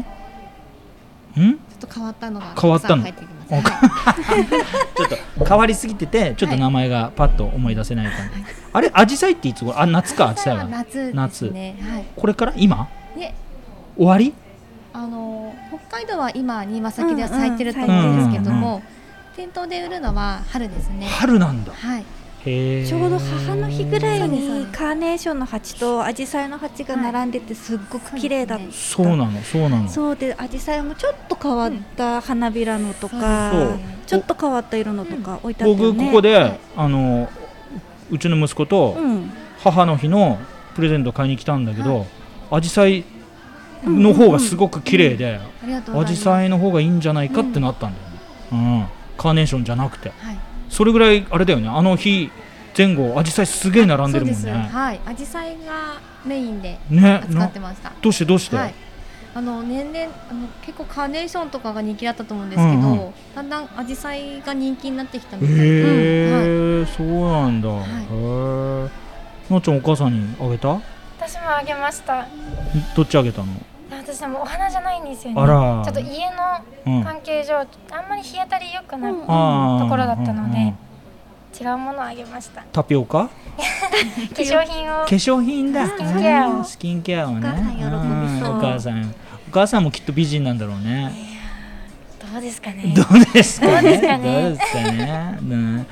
[SPEAKER 2] ん
[SPEAKER 4] ちょっと変わったのが。
[SPEAKER 2] 変わったの
[SPEAKER 4] たくさん入ってき
[SPEAKER 2] あ
[SPEAKER 4] ます。
[SPEAKER 2] ちょっと変わりすぎててちょっと名前がパッと思い出せない感じ、あれアジサイっていつ頃あ夏かアジサイ
[SPEAKER 4] は
[SPEAKER 2] は
[SPEAKER 4] 夏ですね。はい。
[SPEAKER 2] これから今
[SPEAKER 4] で、
[SPEAKER 2] 終わり
[SPEAKER 4] あの北海道は今新馬先では咲いてると思うんですけども、店頭で売るのは春ですね。
[SPEAKER 2] 春なんだ
[SPEAKER 4] はい。
[SPEAKER 2] へえ
[SPEAKER 3] ちょうど母の日ぐらい
[SPEAKER 4] そうで
[SPEAKER 3] に
[SPEAKER 4] す
[SPEAKER 3] カーネーションの鉢とアジサイの鉢が並んでてすっごく綺麗だった、
[SPEAKER 4] そうです
[SPEAKER 2] そうなのそうなの
[SPEAKER 3] そうでアジサイもちょっと変わった花びらのとか、
[SPEAKER 2] そう
[SPEAKER 3] ちょっと変わった色のとか置いてあったよ
[SPEAKER 2] 僕
[SPEAKER 3] ね
[SPEAKER 2] ここで、
[SPEAKER 4] はい
[SPEAKER 2] あのうちの息子と
[SPEAKER 3] うん、
[SPEAKER 2] 母の日のプレゼント買いに来たんだけど、
[SPEAKER 4] は
[SPEAKER 2] アジサイの方がすごく綺麗で、
[SPEAKER 4] ありがとう
[SPEAKER 2] ア
[SPEAKER 4] ござい
[SPEAKER 2] ジ
[SPEAKER 4] ます。
[SPEAKER 2] サイの方がいいんじゃないかってなったんだよね、うんカーネーションじゃなくて
[SPEAKER 4] はい。
[SPEAKER 2] それぐらいあれだよねあの日前後アジサイすげえ並んでるもん
[SPEAKER 4] そう
[SPEAKER 2] ね、
[SPEAKER 4] ですはい。アジサイがメインで
[SPEAKER 2] ね
[SPEAKER 4] 扱
[SPEAKER 2] な
[SPEAKER 4] ってました。
[SPEAKER 2] どうしてどうして、
[SPEAKER 4] はい。あの年々あの結構カーネーションとかが人気だったと思うんですけど、
[SPEAKER 2] うんう
[SPEAKER 4] だんだんアジサイが人気になってきた
[SPEAKER 2] へ
[SPEAKER 4] みたいで、うんはい
[SPEAKER 2] え、そうなんだ、
[SPEAKER 4] い
[SPEAKER 2] へえなっちゃんお母さんにあげたん
[SPEAKER 5] 私もあげました
[SPEAKER 2] どっちあげたの
[SPEAKER 5] 私でもお花じゃないんですよね
[SPEAKER 2] あら
[SPEAKER 5] ちょっと家の
[SPEAKER 2] うん
[SPEAKER 5] 関係上、あんまり日当たり良くない、
[SPEAKER 3] うん
[SPEAKER 2] あー
[SPEAKER 5] ところだったので
[SPEAKER 2] うんうん
[SPEAKER 5] 違うものをあげました
[SPEAKER 2] タピオカ
[SPEAKER 5] 化粧品を
[SPEAKER 2] 化粧品だ
[SPEAKER 5] スキンケアを
[SPEAKER 2] うんスキンケアをね
[SPEAKER 3] お母さん喜びそう
[SPEAKER 2] うんお母さんお母さんもきっと美人なんだろうね
[SPEAKER 5] どうですかね
[SPEAKER 2] どうですかね
[SPEAKER 5] どうですかね
[SPEAKER 2] どうですかねうん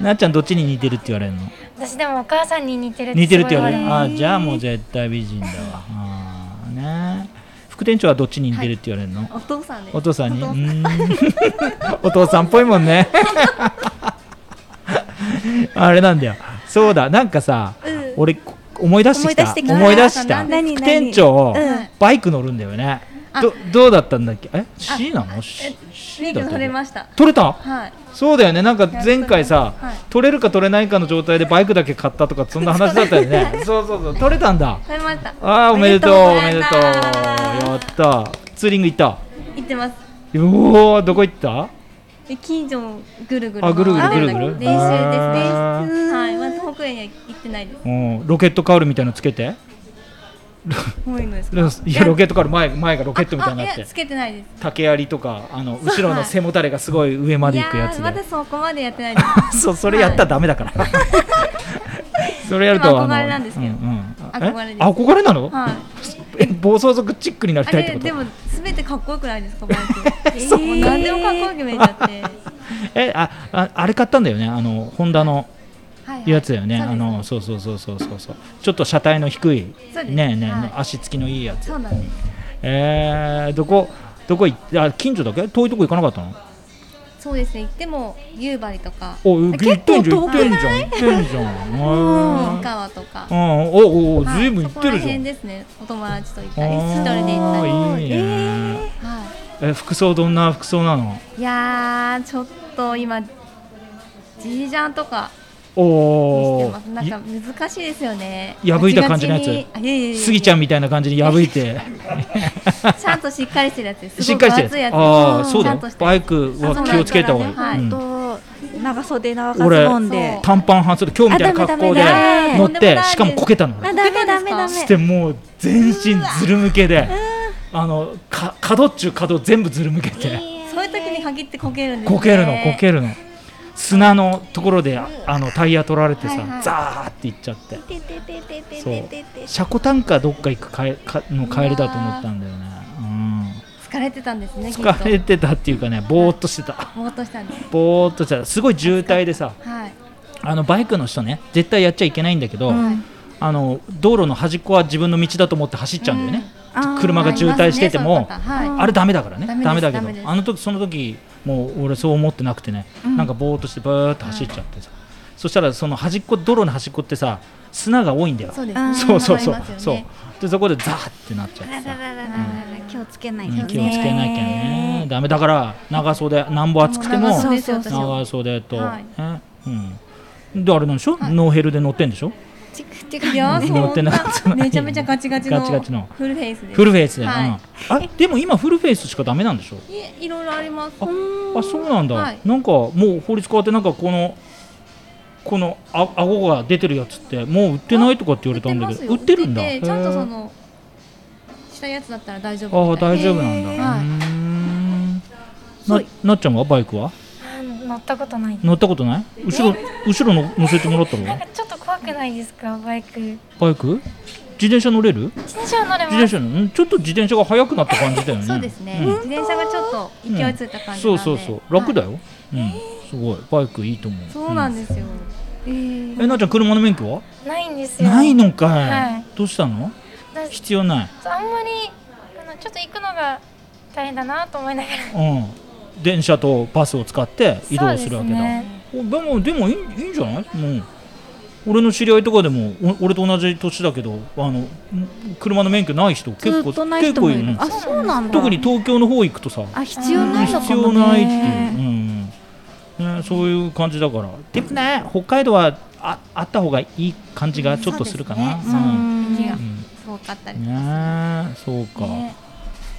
[SPEAKER 2] なっちゃんどっちに似てるって言われるの
[SPEAKER 5] 私でもお母さんに似てる
[SPEAKER 2] 似てるって
[SPEAKER 5] す
[SPEAKER 2] 言
[SPEAKER 5] ご
[SPEAKER 2] わ
[SPEAKER 5] い
[SPEAKER 2] れ
[SPEAKER 5] 言
[SPEAKER 2] る
[SPEAKER 5] わ
[SPEAKER 2] あじゃあもう絶対美人だわあーね副店長はどっちに似てるって言われるの、
[SPEAKER 4] お父さんです。
[SPEAKER 2] お父さんにう *laughs* ーんお父さんっぽいもんね *laughs* あれなんだよそうだなんかさ、俺こ思い出してきた
[SPEAKER 3] 思い出してきた
[SPEAKER 2] 思い出した
[SPEAKER 3] 何何
[SPEAKER 2] 副店長、
[SPEAKER 3] うん
[SPEAKER 2] バイク乗るんだよね
[SPEAKER 4] あ
[SPEAKER 2] どどうだったんだっけえ C なの C,
[SPEAKER 4] メ
[SPEAKER 2] C
[SPEAKER 4] イ
[SPEAKER 2] だ
[SPEAKER 4] ク
[SPEAKER 2] った
[SPEAKER 4] 取れました。
[SPEAKER 2] 取れた
[SPEAKER 4] はい。
[SPEAKER 2] そうだよねなんか前回さ、
[SPEAKER 4] はい
[SPEAKER 2] 取れるか取れないかの状態でバイクだけ買ったとかそんな話だったよね *laughs* そうそうそう取れたんだ
[SPEAKER 4] 取れました。
[SPEAKER 2] あーおめでとうお
[SPEAKER 4] お
[SPEAKER 2] め
[SPEAKER 4] め
[SPEAKER 2] で
[SPEAKER 4] で
[SPEAKER 2] と
[SPEAKER 4] と
[SPEAKER 2] う
[SPEAKER 4] う
[SPEAKER 2] やったツーリング行った
[SPEAKER 4] 行ってます。
[SPEAKER 2] おおどこ行った
[SPEAKER 4] で近所をぐるぐる
[SPEAKER 2] あぐるぐるぐるぐる
[SPEAKER 4] 練習です練
[SPEAKER 2] あー
[SPEAKER 4] 習はいまず北園には行ってないです
[SPEAKER 2] うんロケットカウルみたいのつけて
[SPEAKER 4] もういいのですか
[SPEAKER 2] いやロケットカウル前前がロケットみたいになっ
[SPEAKER 4] あいや
[SPEAKER 2] て
[SPEAKER 4] つけてないです
[SPEAKER 2] 竹槍とかあの
[SPEAKER 4] そう
[SPEAKER 2] 後ろの背もたれがすごい上まで行くやつ
[SPEAKER 4] い
[SPEAKER 2] で
[SPEAKER 4] ーまだそこまでやってないです
[SPEAKER 2] そうそれやったらダメだから。 *laughs* それやると
[SPEAKER 4] でも
[SPEAKER 2] あの
[SPEAKER 4] 憧れなんですけど
[SPEAKER 2] ううん
[SPEAKER 4] 憧れ
[SPEAKER 2] え
[SPEAKER 4] です
[SPEAKER 2] 憧れな *laughs* の？
[SPEAKER 4] はい
[SPEAKER 2] え暴走族チックになり
[SPEAKER 4] あ
[SPEAKER 2] たいってこ
[SPEAKER 4] れ
[SPEAKER 2] と？
[SPEAKER 4] でも全てかっこよくないですかバイク
[SPEAKER 3] そう
[SPEAKER 4] もう何でもかっこよく見えちゃって
[SPEAKER 2] えあああれ買ったんだよねあのホンダの
[SPEAKER 4] はいはい
[SPEAKER 2] やつだよね、
[SPEAKER 4] そうです
[SPEAKER 2] あのそうそうそうそうそうそうちょっと車体の低い
[SPEAKER 4] そうです
[SPEAKER 2] ねえねえ、
[SPEAKER 4] はい
[SPEAKER 2] 足つきのいいやつ
[SPEAKER 4] そうなんです
[SPEAKER 2] えー、どこどこ行ってあ近所だけ遠いとこ行かなかったの
[SPEAKER 4] そうですね行っても夕張とか
[SPEAKER 2] お行
[SPEAKER 3] 結
[SPEAKER 2] ってんじゃん行
[SPEAKER 3] 構遠
[SPEAKER 2] っ
[SPEAKER 3] く
[SPEAKER 2] てんじゃん行ってんじゃん
[SPEAKER 4] 三
[SPEAKER 2] へー
[SPEAKER 4] 河とか
[SPEAKER 2] うんおおお
[SPEAKER 4] はい
[SPEAKER 2] ずいぶん行ってる
[SPEAKER 4] そこら
[SPEAKER 2] じゃん
[SPEAKER 4] 辺ですねお友達と行っ
[SPEAKER 2] あ
[SPEAKER 4] たり一人で行ったり
[SPEAKER 2] ーいいね、
[SPEAKER 4] は
[SPEAKER 2] え服装どんな服装なの
[SPEAKER 4] い、いやーちょっと今ジージャンとかして
[SPEAKER 2] お
[SPEAKER 4] ます
[SPEAKER 2] お
[SPEAKER 4] なんか難しいですよね
[SPEAKER 2] 破いた感じのやつ
[SPEAKER 4] ガチガチにあいえいえいえいえ
[SPEAKER 2] スギちゃんみたいな感じに破い
[SPEAKER 4] *laughs*
[SPEAKER 2] て
[SPEAKER 4] ちゃんとしっかりしてるやつです
[SPEAKER 2] *laughs* しっかりし
[SPEAKER 4] すご
[SPEAKER 2] て
[SPEAKER 4] い分厚いやつ
[SPEAKER 2] ああそうだ
[SPEAKER 4] ちゃん
[SPEAKER 2] よ
[SPEAKER 4] として
[SPEAKER 2] バイクは気をつけた方がいい、
[SPEAKER 4] そうなんだねはい
[SPEAKER 2] うん
[SPEAKER 3] と長袖長靴飲んで
[SPEAKER 4] 俺
[SPEAKER 2] 短パン半袖今日みたいな格好で
[SPEAKER 3] あダメダメダメ
[SPEAKER 2] 乗っ
[SPEAKER 4] とんでも
[SPEAKER 2] て
[SPEAKER 4] ない
[SPEAKER 2] しかもこけたの
[SPEAKER 3] あ
[SPEAKER 2] 俺
[SPEAKER 3] ダメダメダメ
[SPEAKER 2] してもう全身ずるむけであのか角っちゅう角全部ずるむけて
[SPEAKER 4] そういう時に限ってこけるんですね
[SPEAKER 2] こけるのこけるの砂のところでああのタイヤ取られてさ、
[SPEAKER 4] はいはい
[SPEAKER 2] ザーっていっちゃって
[SPEAKER 3] ててててて
[SPEAKER 2] そう
[SPEAKER 3] ててて
[SPEAKER 2] 車庫単価どっか行くかえかの帰りだと思ったんだよね、
[SPEAKER 4] 疲れてたんです
[SPEAKER 2] うん、
[SPEAKER 4] ねきっと
[SPEAKER 2] 疲れてたっていうかねぼーっとしてた
[SPEAKER 4] ぼーっとしたんです
[SPEAKER 2] ぼーっとしてたすごい渋滞でさ
[SPEAKER 4] はい
[SPEAKER 2] あのバイクの人ね絶対やっちゃいけないんだけど、
[SPEAKER 4] はい
[SPEAKER 2] あの道路の端っこは自分の道だと思って走っちゃうんだよね、
[SPEAKER 3] あー
[SPEAKER 2] 車が渋滞してても
[SPEAKER 4] ありますねそういう方はい
[SPEAKER 2] あれダメだからね
[SPEAKER 4] ダメです
[SPEAKER 2] ダメだけ
[SPEAKER 4] ダメで
[SPEAKER 2] ど
[SPEAKER 4] す
[SPEAKER 2] あの時その時もう俺そう思ってなくてね、なんかぼーっとしてバーっと走っちゃってさ、そしたらその端っこ道路の端っこってさ砂が多いんだよ
[SPEAKER 4] そうです
[SPEAKER 3] あー
[SPEAKER 4] ね
[SPEAKER 2] そうそうそう
[SPEAKER 4] わかります
[SPEAKER 2] そ
[SPEAKER 4] よ
[SPEAKER 2] う
[SPEAKER 4] ね
[SPEAKER 2] でそこでザーってなっちゃってさ、
[SPEAKER 3] 気をつけない
[SPEAKER 2] うん
[SPEAKER 3] とね
[SPEAKER 2] 気をつけなきゃねダメだから長袖なんぼ暑くても
[SPEAKER 4] 長袖ですよ私は
[SPEAKER 2] 長袖と、
[SPEAKER 4] はい
[SPEAKER 2] ねうんであれなんでしょ、ノーヘルで乗ってんでしょ
[SPEAKER 4] チクチクいやー
[SPEAKER 2] 乗ってなかった
[SPEAKER 4] そんなめちゃめちゃガチガチの
[SPEAKER 2] ガチガチの
[SPEAKER 4] フルフェイスです
[SPEAKER 2] フルフェイスで、
[SPEAKER 4] はい
[SPEAKER 2] うんあでも今フルフェイスしかダメなんでしょ
[SPEAKER 4] いえいろいろあります
[SPEAKER 2] ああそうなんだ、
[SPEAKER 4] はい
[SPEAKER 2] なんかもう法律変わってなんかこのこのあ顎が出てるやつってもう売ってないとかって言われたんだけど売っ
[SPEAKER 4] 売ってて
[SPEAKER 2] る
[SPEAKER 4] る
[SPEAKER 2] ん
[SPEAKER 4] ん
[SPEAKER 2] だ
[SPEAKER 4] だちゃんとそ
[SPEAKER 2] へ
[SPEAKER 4] のしたやつだったら大丈
[SPEAKER 2] ーあ
[SPEAKER 4] 夫
[SPEAKER 2] あ
[SPEAKER 4] みたい
[SPEAKER 2] 大丈夫なんだ、
[SPEAKER 4] へ
[SPEAKER 2] う
[SPEAKER 4] ーはい
[SPEAKER 2] ーんななっちゃんはバイクは
[SPEAKER 5] あ乗ったことない
[SPEAKER 2] 乗ったことない後ろ後ろの乗せてもらったの
[SPEAKER 5] なんかちょっと怖くないですかバイク自
[SPEAKER 2] バイク自転車乗れる
[SPEAKER 5] 転車は乗れ
[SPEAKER 2] 自
[SPEAKER 5] ま
[SPEAKER 2] 転
[SPEAKER 5] す
[SPEAKER 2] 車のうんちょっと自転車が速くなった感じだよね
[SPEAKER 4] そうですね、
[SPEAKER 2] ん
[SPEAKER 4] 自転車がちょっと勢いついた感じな
[SPEAKER 2] そ
[SPEAKER 4] ん
[SPEAKER 2] う
[SPEAKER 4] で、
[SPEAKER 2] そうそう楽だ
[SPEAKER 4] よ、
[SPEAKER 2] よ、うんすごいバイクいいと思う
[SPEAKER 4] そうなんですよ、え
[SPEAKER 2] う
[SPEAKER 4] ー
[SPEAKER 2] んえなっちゃん車の免許は
[SPEAKER 5] ないんですよ
[SPEAKER 2] ないのかい、
[SPEAKER 5] はい
[SPEAKER 2] どうしたの
[SPEAKER 5] だ
[SPEAKER 2] 必要ない
[SPEAKER 5] あんまりあのちょっと行くのが大変だなと思いながら
[SPEAKER 2] うん電車とバスを使って移動するわけだ
[SPEAKER 5] そうですね
[SPEAKER 2] おでもでもいいいいんじゃないもう俺の知り合いとかでもお俺と同じ年だけどあのん車の免許ない人結
[SPEAKER 3] ず
[SPEAKER 2] 構
[SPEAKER 3] っとない人もいる
[SPEAKER 2] 結構
[SPEAKER 3] あ
[SPEAKER 2] る
[SPEAKER 3] そうなんだ
[SPEAKER 2] 特に東京の方行くとさ
[SPEAKER 3] あ必要ないのかもね
[SPEAKER 2] 必要ないっていう、うんうんね、そういう感じだからでもね北海道はああった方がいい感じがちょっとするかな
[SPEAKER 4] そううですね
[SPEAKER 2] ん
[SPEAKER 4] 雪が
[SPEAKER 2] うん
[SPEAKER 4] すごかったり、
[SPEAKER 2] ねえそうか、
[SPEAKER 4] ね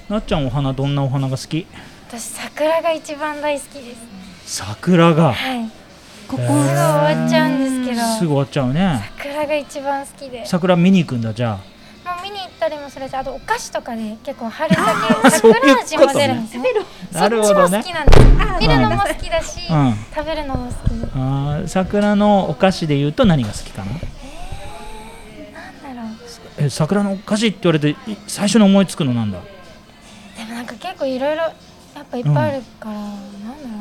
[SPEAKER 2] なっちゃんお花どんなお花が好き
[SPEAKER 5] 私桜が一番大好きです
[SPEAKER 2] 桜が
[SPEAKER 5] はい
[SPEAKER 3] ここ
[SPEAKER 2] え
[SPEAKER 5] すぐ終わっちゃうんですけど
[SPEAKER 2] すぐ終わっちゃうね
[SPEAKER 5] 桜が一番好きで
[SPEAKER 2] 桜見に行くんだじゃ
[SPEAKER 5] もう見に行ったりもするしあとお菓子とかで結構春先桜味混ぜるんですよ
[SPEAKER 2] あ
[SPEAKER 5] そ
[SPEAKER 2] な
[SPEAKER 5] っちも
[SPEAKER 2] るほど
[SPEAKER 5] 好
[SPEAKER 2] ね
[SPEAKER 5] きなんです見る
[SPEAKER 2] な
[SPEAKER 5] の
[SPEAKER 2] る
[SPEAKER 5] も好きだし、
[SPEAKER 2] うん
[SPEAKER 5] 食べるのも好きなんだ
[SPEAKER 2] あー桜のお菓子で言うと何が好きかな
[SPEAKER 5] ろう
[SPEAKER 2] え桜のお菓子って言われてい最初に思いつくのなんだ
[SPEAKER 5] でもなんか結構いろいろやっぱいっぱいあるから、なんだろうな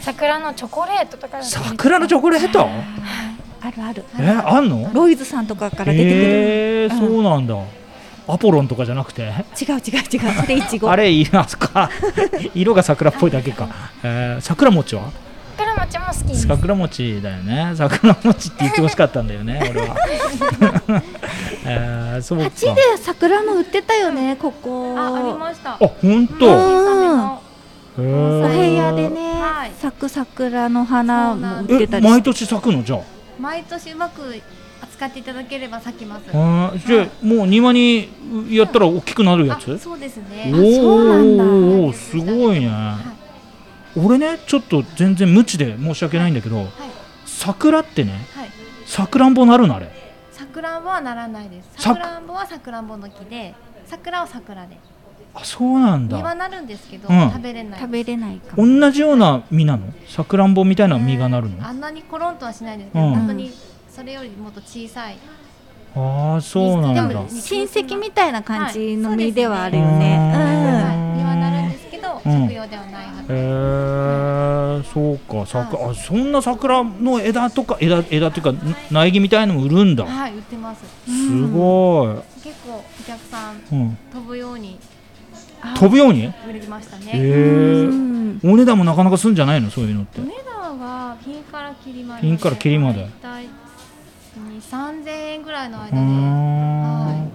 [SPEAKER 5] 桜のチョコレートとか
[SPEAKER 2] 桜のチ
[SPEAKER 5] ョ
[SPEAKER 2] ョコレート
[SPEAKER 3] あるある
[SPEAKER 2] えあんの
[SPEAKER 3] ロイズさんとかから出てくる
[SPEAKER 2] えー、そうなんだアポロンとかじゃなくて
[SPEAKER 3] 違う違う違うそれいちご
[SPEAKER 2] あれいいなそっか *laughs* 色が桜っぽいだけか、えー、桜餅は
[SPEAKER 5] 桜餅も好きです
[SPEAKER 2] 桜餅だよね桜餅って言ってほしかったんだよね
[SPEAKER 3] *laughs*
[SPEAKER 2] 俺はえー、そうか
[SPEAKER 3] 八で桜も売ってたよねここ
[SPEAKER 4] あありました
[SPEAKER 2] あ本
[SPEAKER 3] うん
[SPEAKER 2] 当
[SPEAKER 4] 小さめの
[SPEAKER 2] へ
[SPEAKER 3] お
[SPEAKER 2] ー
[SPEAKER 3] 部屋でね、
[SPEAKER 4] はい
[SPEAKER 3] 咲く桜の花も売ってた
[SPEAKER 2] え
[SPEAKER 3] りし
[SPEAKER 2] 毎年咲くのじゃ
[SPEAKER 4] 毎年うまく扱っていただければ咲きます
[SPEAKER 2] ああーじゃあもう庭にやったら大きくなるや
[SPEAKER 4] あ
[SPEAKER 2] つ
[SPEAKER 4] そうです
[SPEAKER 2] お
[SPEAKER 4] ね
[SPEAKER 2] ー
[SPEAKER 3] そうなん
[SPEAKER 2] おーすごいね俺ねちょっと全然無知で申し訳ないんだけど
[SPEAKER 4] はい
[SPEAKER 2] 桜ってね
[SPEAKER 4] はい
[SPEAKER 2] さくらんぼなるのあれ
[SPEAKER 4] さくらんぼはならないです
[SPEAKER 2] さく
[SPEAKER 4] さくらんぼはさくらんぼの木で桜は桜で
[SPEAKER 2] あそうなん
[SPEAKER 4] 実は
[SPEAKER 2] だ
[SPEAKER 4] なるんですけど、
[SPEAKER 2] うん
[SPEAKER 4] 食べれない
[SPEAKER 3] 食べれないかも
[SPEAKER 2] 同じような実なのさくらんぼみたいな実がなるの
[SPEAKER 4] あんなにコロンとはしないですけど、
[SPEAKER 2] うん
[SPEAKER 4] 本当にそれよりもっと小さい
[SPEAKER 2] ああそうなん
[SPEAKER 4] で
[SPEAKER 2] だ
[SPEAKER 4] も
[SPEAKER 3] 親戚みたいな感じの実ではあるよ
[SPEAKER 2] うん
[SPEAKER 3] ね。
[SPEAKER 4] はいにはなるんですけど、
[SPEAKER 2] うん
[SPEAKER 4] 食用ではないはず
[SPEAKER 2] へえそうか桜あそんな桜の枝とか枝枝っていうかな苗木みたいのも売るんだ
[SPEAKER 4] はい売ってます
[SPEAKER 2] すご
[SPEAKER 4] 結構お客さん
[SPEAKER 2] い、うん、
[SPEAKER 4] 飛ぶように
[SPEAKER 2] 飛ぶように
[SPEAKER 4] 売れましたね、
[SPEAKER 2] へえ
[SPEAKER 3] うん
[SPEAKER 2] お値段もなかなかすんじゃないのそういうのって
[SPEAKER 4] お値段はピンからキリまで
[SPEAKER 2] ピンからキリまで
[SPEAKER 4] 大体2 3 0円ぐらいの間
[SPEAKER 2] うー
[SPEAKER 4] で、
[SPEAKER 2] ん
[SPEAKER 4] は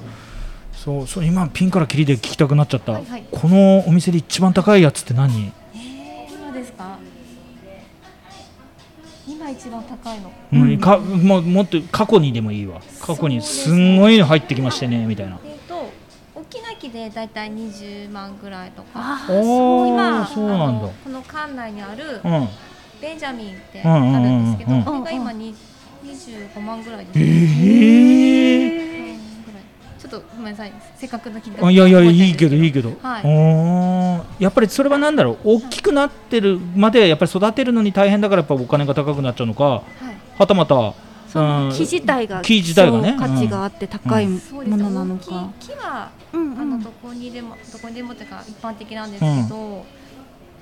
[SPEAKER 2] そうそう今ピンからキリで聞きたくなっちゃった、
[SPEAKER 4] はいはい
[SPEAKER 2] このお店で一番高いやつって何
[SPEAKER 4] えー、今ですか今一番高いの
[SPEAKER 2] うん、かもうもっと過去にでもいいわ過去にすんごいの入ってきましてねみたいな
[SPEAKER 4] えっと大きな木でだいたい20万ぐらいとか
[SPEAKER 3] あ
[SPEAKER 2] おー
[SPEAKER 4] 今
[SPEAKER 2] そうなん
[SPEAKER 4] あ
[SPEAKER 2] だ
[SPEAKER 4] のこの館内にある
[SPEAKER 2] うん
[SPEAKER 4] ベンジャミンってあるんですけど、
[SPEAKER 2] うんうん
[SPEAKER 4] こ
[SPEAKER 3] うんうん
[SPEAKER 4] れが今に25万ぐらいです、
[SPEAKER 2] ええ
[SPEAKER 4] うんぐらいちょっとごめんなさいせっかくの金額
[SPEAKER 2] あいやいやいいけどいいけど、
[SPEAKER 4] はい
[SPEAKER 2] おーやっぱりそれはなんだろう大きくなってるまでやっぱり育てるのに大変だからやっぱお金が高くなっちゃうのか
[SPEAKER 4] はい
[SPEAKER 2] はたまた
[SPEAKER 3] その木自体が
[SPEAKER 2] 木自体がね
[SPEAKER 3] そう価値があって高いも
[SPEAKER 4] そうです
[SPEAKER 3] のなの
[SPEAKER 4] 大
[SPEAKER 3] か。
[SPEAKER 4] きい木は
[SPEAKER 3] うん
[SPEAKER 4] あのどこにでもどこにでもっていうか一般的なんですけど、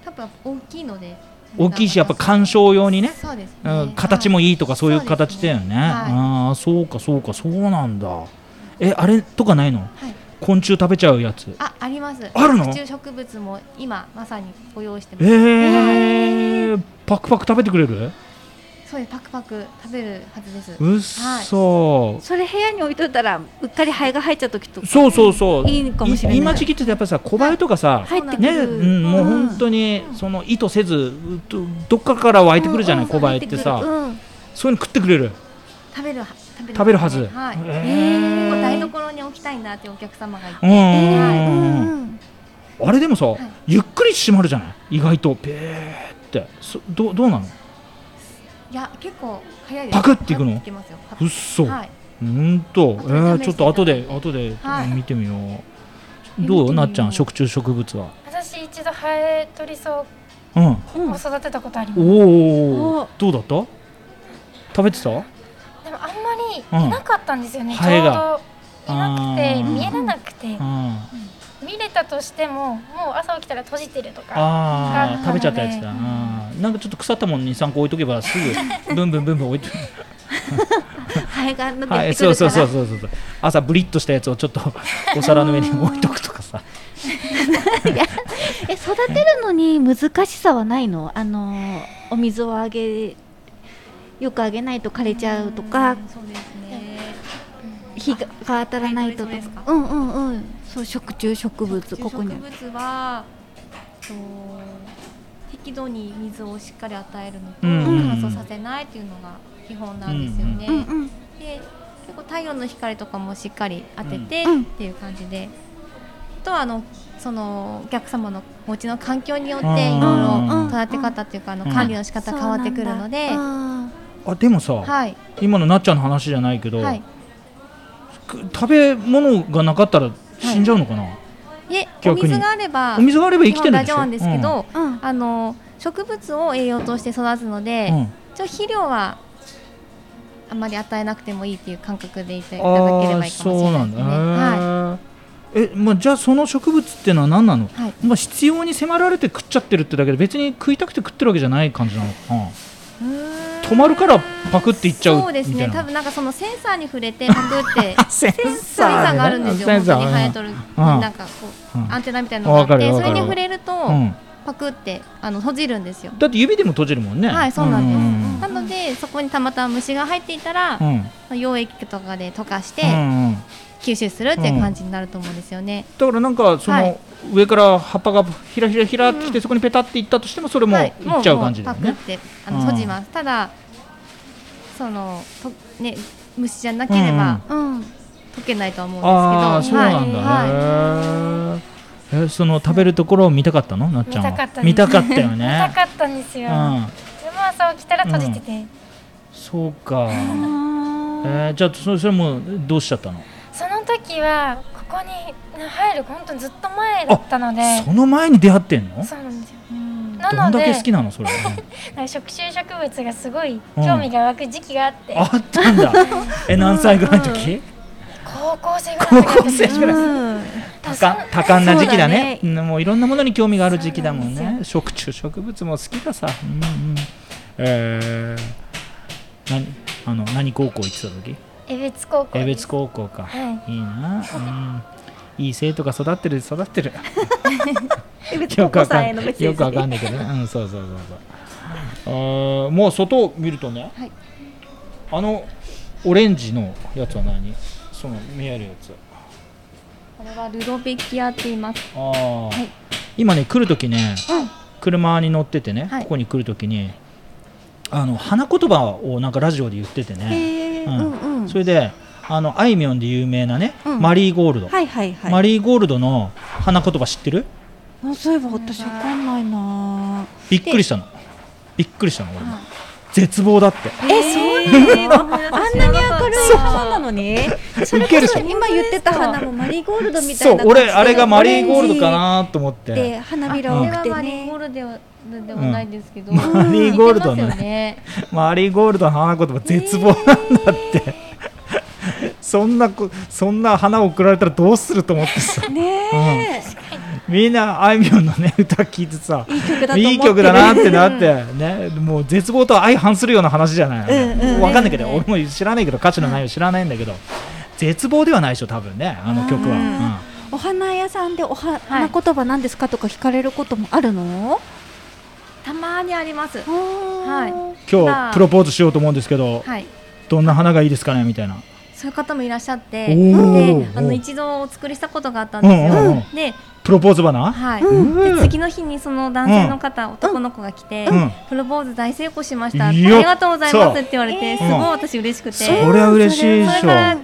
[SPEAKER 4] 多分大きいので
[SPEAKER 2] 大きいしやっぱ観賞用にね
[SPEAKER 4] そうですね、
[SPEAKER 2] うん形もいいとかそういう形だよね、
[SPEAKER 4] はい
[SPEAKER 2] ああそうかそうかそうなんだえあれとかないの
[SPEAKER 4] はい、
[SPEAKER 2] 昆虫食べちゃうやつ
[SPEAKER 4] ああります
[SPEAKER 2] あるの
[SPEAKER 4] 食虫植物も今まさにご用意してま
[SPEAKER 2] え
[SPEAKER 4] す、
[SPEAKER 2] ーパクパク食べてくれる
[SPEAKER 4] そうですパクパク食べるはずです
[SPEAKER 2] うっそ、
[SPEAKER 3] それ部屋に置いといたらうっかりハが入っちゃう時とか
[SPEAKER 2] そうそうそう
[SPEAKER 3] いいかもしれない
[SPEAKER 2] 今時期ってやっぱさ小バエとかさ、
[SPEAKER 3] 入ってく
[SPEAKER 2] ね、
[SPEAKER 3] る、
[SPEAKER 2] うん、もう本当にその意図せずうっとどっかから湧いてくるじゃない、
[SPEAKER 3] うんう
[SPEAKER 2] 小
[SPEAKER 3] ん
[SPEAKER 2] バエってさ、
[SPEAKER 3] 入くるうん
[SPEAKER 2] そういうの食ってくれる
[SPEAKER 4] 食べるは食べる
[SPEAKER 2] 食べるはず、
[SPEAKER 4] はい、
[SPEAKER 2] えー
[SPEAKER 4] 結構台所に置きたいなってお客様がいて、
[SPEAKER 2] うんうん
[SPEAKER 3] え
[SPEAKER 2] うう
[SPEAKER 3] ーうん
[SPEAKER 2] ん
[SPEAKER 3] ん
[SPEAKER 2] うん
[SPEAKER 3] うん
[SPEAKER 2] あれでもさ、
[SPEAKER 4] い
[SPEAKER 2] ゆっくり閉まるじゃない意外とペーってそどどうなの
[SPEAKER 4] いや結構早いです
[SPEAKER 2] パクっていくの
[SPEAKER 4] パクきますよパク
[SPEAKER 2] うっそ、
[SPEAKER 4] はい
[SPEAKER 2] ほんとえ
[SPEAKER 4] 後で
[SPEAKER 2] ー、
[SPEAKER 4] 試
[SPEAKER 2] ちょってと
[SPEAKER 4] しいただ
[SPEAKER 2] 後
[SPEAKER 4] いて
[SPEAKER 2] で後で
[SPEAKER 4] はい
[SPEAKER 2] 見てみよう、
[SPEAKER 4] 見てみ
[SPEAKER 2] ど
[SPEAKER 4] よ
[SPEAKER 2] う
[SPEAKER 4] う
[SPEAKER 2] なっちゃん食虫植物は
[SPEAKER 5] 私一度ハエ取り草
[SPEAKER 2] うん
[SPEAKER 5] を育てたことあります、
[SPEAKER 2] おお
[SPEAKER 3] お
[SPEAKER 2] どうだった食べてた
[SPEAKER 5] でもあんまりいなかったんですよね、
[SPEAKER 2] うん
[SPEAKER 5] ちょう
[SPEAKER 2] ハエが
[SPEAKER 5] どいなくて
[SPEAKER 2] あー
[SPEAKER 5] 見えなくて、
[SPEAKER 2] うん
[SPEAKER 5] 見れたとしてももう朝起きたら閉じてるとか
[SPEAKER 2] ああ
[SPEAKER 5] うん
[SPEAKER 2] 食べちゃったやつだ、
[SPEAKER 5] う
[SPEAKER 2] うんなんかちょっと腐ったもの23個置いとけばす
[SPEAKER 4] *laughs*
[SPEAKER 2] ぐブンブンブンブン置いと
[SPEAKER 3] ハエが抜けてくるから、
[SPEAKER 2] はいそうそうそうそうそう朝ブリッとしたやつをちょっと
[SPEAKER 4] *laughs*
[SPEAKER 2] お皿の上に置いとくとかさ
[SPEAKER 3] *laughs* え育てるのに難しさはないのあのーお水をあげよくあげないと枯れちゃうとか
[SPEAKER 4] うんそうですね
[SPEAKER 3] 日が当たらないとと
[SPEAKER 4] はいどういうことです
[SPEAKER 3] か
[SPEAKER 4] か
[SPEAKER 3] うんうんうんそう食虫植物ここに
[SPEAKER 4] 植物はと適度に水をしっかり与えるのと、
[SPEAKER 2] うん
[SPEAKER 4] 乾燥させないっていうのが基本なんですよね。
[SPEAKER 3] うんうん
[SPEAKER 4] で結構太陽の光とかもしっかり当てて
[SPEAKER 3] うん
[SPEAKER 4] っていう感じで、あとはあのそのお客様のお家の環境によって
[SPEAKER 2] うん
[SPEAKER 4] いろいろ
[SPEAKER 2] うん
[SPEAKER 4] 育て方っていうかあの
[SPEAKER 2] うん
[SPEAKER 4] 管理の仕方変わってくるので、
[SPEAKER 3] そうなんだ
[SPEAKER 2] あでもさ、
[SPEAKER 4] はい
[SPEAKER 2] 今のなっちゃんの話じゃないけど、
[SPEAKER 4] はい
[SPEAKER 2] く食べ物がなかったら死んじゃうのかな、
[SPEAKER 4] でお
[SPEAKER 2] 逆に
[SPEAKER 4] 水があれば
[SPEAKER 2] お水があれば生きてるんで
[SPEAKER 4] 大
[SPEAKER 2] し
[SPEAKER 4] 丈
[SPEAKER 2] ょ
[SPEAKER 4] 夫なんですけど、
[SPEAKER 3] あーうん
[SPEAKER 4] あの植物を栄養として育つので、
[SPEAKER 2] うんうん
[SPEAKER 4] 一応肥料はあまり与えなくてもいいっていう感覚でいていただけれ
[SPEAKER 2] あ
[SPEAKER 4] ば
[SPEAKER 2] あ
[SPEAKER 4] いいかもしれないですね。
[SPEAKER 2] そうなん
[SPEAKER 4] は
[SPEAKER 2] だ、へーえまあ、じゃあその植物ってのは何なの、
[SPEAKER 4] はい、
[SPEAKER 2] まあ、必要に迫られて食っちゃってるってだけで別に食いたくて食ってるわけじゃない感じなのかない
[SPEAKER 4] うーん
[SPEAKER 2] 止まるからパクっていっちゃうみたいな
[SPEAKER 4] そうですね。多分なんかそのセンサーに触れてパク
[SPEAKER 2] *laughs*
[SPEAKER 4] って
[SPEAKER 2] セン
[SPEAKER 4] センサーがあるんですよ。
[SPEAKER 2] セン
[SPEAKER 4] 本
[SPEAKER 2] サ
[SPEAKER 4] 当
[SPEAKER 2] ー
[SPEAKER 4] に
[SPEAKER 2] ね
[SPEAKER 4] 生えとるなんかこう
[SPEAKER 2] うん
[SPEAKER 4] アンテナみたいなのがあって
[SPEAKER 2] わかるわ
[SPEAKER 4] そ
[SPEAKER 2] かる
[SPEAKER 4] れに触れると
[SPEAKER 2] うん、
[SPEAKER 4] パクってあの閉じるんですよ。
[SPEAKER 2] だって指でも閉じるもんね
[SPEAKER 4] はいそうなんです
[SPEAKER 2] ん
[SPEAKER 4] なのでそこにたまたま虫が入っていたら
[SPEAKER 2] うんうん
[SPEAKER 4] 溶液とかで溶かして
[SPEAKER 2] うんうん
[SPEAKER 4] 吸収するっていう感じになると思うんですよね。
[SPEAKER 2] だからなんかその、
[SPEAKER 4] はい
[SPEAKER 2] 上から葉っぱがひらひらひらってきてそこにペタっていったとしてもそれもい
[SPEAKER 4] は
[SPEAKER 2] っちゃう感じだよ
[SPEAKER 4] もう
[SPEAKER 2] ね
[SPEAKER 4] パク。ってあ
[SPEAKER 2] う
[SPEAKER 4] の
[SPEAKER 2] ん
[SPEAKER 4] 閉じます。ただそのとね虫じゃなければ
[SPEAKER 3] うん
[SPEAKER 4] 溶けないとは思
[SPEAKER 2] ああ
[SPEAKER 4] う
[SPEAKER 2] ー
[SPEAKER 4] んです
[SPEAKER 2] そ
[SPEAKER 4] け
[SPEAKER 2] う
[SPEAKER 4] ど。
[SPEAKER 2] なんだ、
[SPEAKER 4] はいはい
[SPEAKER 2] へーえその食べるところを見たかったのなっちゃんは
[SPEAKER 5] 見たかったです
[SPEAKER 2] 見たかったよ
[SPEAKER 4] *laughs*
[SPEAKER 2] ね
[SPEAKER 5] 見たかったんですよ、
[SPEAKER 2] うん、
[SPEAKER 5] でも朝起きたら閉じてて、
[SPEAKER 2] そうか、
[SPEAKER 3] あ
[SPEAKER 2] え
[SPEAKER 3] ー
[SPEAKER 2] ー、じゃあそれそれもどうしちゃったの
[SPEAKER 5] その時はここに入る本当ずっと前だったので
[SPEAKER 2] その前に出会ってんの
[SPEAKER 5] そうなんですよ
[SPEAKER 4] うん
[SPEAKER 5] な
[SPEAKER 2] どん
[SPEAKER 5] の
[SPEAKER 2] だけ
[SPEAKER 5] で
[SPEAKER 2] 好きなのそれ
[SPEAKER 5] なんか食虫植物がすごい興味が湧く時期があっ
[SPEAKER 2] *laughs*
[SPEAKER 5] て、
[SPEAKER 2] あったんだえ何歳ぐらいの時、
[SPEAKER 5] 高校生ぐらいの時
[SPEAKER 2] 高校生ぐらい
[SPEAKER 3] うん
[SPEAKER 2] 多感多感な時期だね
[SPEAKER 3] そ
[SPEAKER 2] うんもういろんなものに興味がある時期だもん
[SPEAKER 5] そうなん
[SPEAKER 2] ね食虫植物も好きださうんうんえー、何あの何高校行ってた時
[SPEAKER 5] 江別高校
[SPEAKER 2] 江別高校か、、
[SPEAKER 5] はい
[SPEAKER 2] いな、うん、いい生徒が育ってる育ってる
[SPEAKER 3] 別に
[SPEAKER 2] よ
[SPEAKER 3] お
[SPEAKER 2] くわ
[SPEAKER 3] 子さ
[SPEAKER 2] か
[SPEAKER 3] んへ
[SPEAKER 2] ん
[SPEAKER 3] の
[SPEAKER 2] な
[SPEAKER 3] メッ
[SPEAKER 2] い
[SPEAKER 3] セー
[SPEAKER 2] よ
[SPEAKER 3] ジ
[SPEAKER 2] くわかんないけどね、うん、そうそうそうそうあーもう外を見るとね、
[SPEAKER 4] はい
[SPEAKER 2] あのオレンジのやつは何その見えるやつ
[SPEAKER 4] これはルドベキアって言います。
[SPEAKER 2] ああ、今ね来る時ね、
[SPEAKER 4] はい
[SPEAKER 2] 車に乗っててね、
[SPEAKER 4] はい
[SPEAKER 2] ここに来る時にあの花言葉をなんかラジオで言っててね、
[SPEAKER 3] へえ
[SPEAKER 2] う
[SPEAKER 3] うんんうん
[SPEAKER 2] それであのあいみょんで有名なね、
[SPEAKER 3] うん
[SPEAKER 2] マリーゴールド、
[SPEAKER 3] はいはいはい
[SPEAKER 2] マリーゴールドの花言葉知ってる
[SPEAKER 3] あそういえば私わかんないな
[SPEAKER 2] びっくりしたのびっくりしたの俺も、絶望だって
[SPEAKER 3] えそうなのあんなに明るい花なのにそれ
[SPEAKER 2] ウケる
[SPEAKER 3] こ
[SPEAKER 2] でし
[SPEAKER 3] そ
[SPEAKER 2] ょ
[SPEAKER 3] 今言ってた花もマリーゴールドみた
[SPEAKER 2] そ
[SPEAKER 3] いうな
[SPEAKER 2] 俺あれがマリーゴールドかなと思っ
[SPEAKER 3] オレンジで
[SPEAKER 2] て
[SPEAKER 3] 花び
[SPEAKER 4] こ
[SPEAKER 3] ら多
[SPEAKER 4] れ
[SPEAKER 3] く
[SPEAKER 4] は
[SPEAKER 3] て
[SPEAKER 4] マリー
[SPEAKER 3] ね
[SPEAKER 4] ゴールドではではないですけど、
[SPEAKER 2] うんマリーゴールドのね
[SPEAKER 4] 似てますよね。
[SPEAKER 2] マリーゴールドの花言葉絶望なんだって、そんなこそんな花送られたらどうすると思ってさ、
[SPEAKER 3] ね
[SPEAKER 2] うんみんなあいみょんのね歌聞いてさ
[SPEAKER 3] えいい曲だと思ってる
[SPEAKER 2] いい曲だなってなって、ね、もう絶望と相反するような話じゃない、
[SPEAKER 3] うんうん
[SPEAKER 2] 分かんないけど、俺も知らないけど歌詞の内容知らないんだけど、絶望ではないでしょ多分ねあの曲は、う
[SPEAKER 3] うん
[SPEAKER 2] ん
[SPEAKER 3] お花屋さんでおは花言葉なんですかとか聞かれることもあるの
[SPEAKER 4] たまにあります。
[SPEAKER 3] はい
[SPEAKER 2] 今日プロポーズしようと思うんですけど、
[SPEAKER 4] はい。
[SPEAKER 2] どんな花がいいですかねみたいな。
[SPEAKER 4] そういう方もいらっしゃって、
[SPEAKER 2] お
[SPEAKER 4] で
[SPEAKER 2] ー
[SPEAKER 4] あの一度お作りしたことがあったんですよ。
[SPEAKER 2] うんうんうん
[SPEAKER 4] で、
[SPEAKER 2] プロポーズ花、
[SPEAKER 4] はい。
[SPEAKER 2] うん
[SPEAKER 4] で次の日にその男性の方、男の子が来て、
[SPEAKER 2] うん
[SPEAKER 4] プロポーズ大成功しました、
[SPEAKER 2] いや
[SPEAKER 4] ありがとうございますって言われて、す
[SPEAKER 2] そう
[SPEAKER 4] ごい私嬉しくて、
[SPEAKER 2] そりゃ嬉しいでし
[SPEAKER 4] そ
[SPEAKER 2] ょ
[SPEAKER 4] れから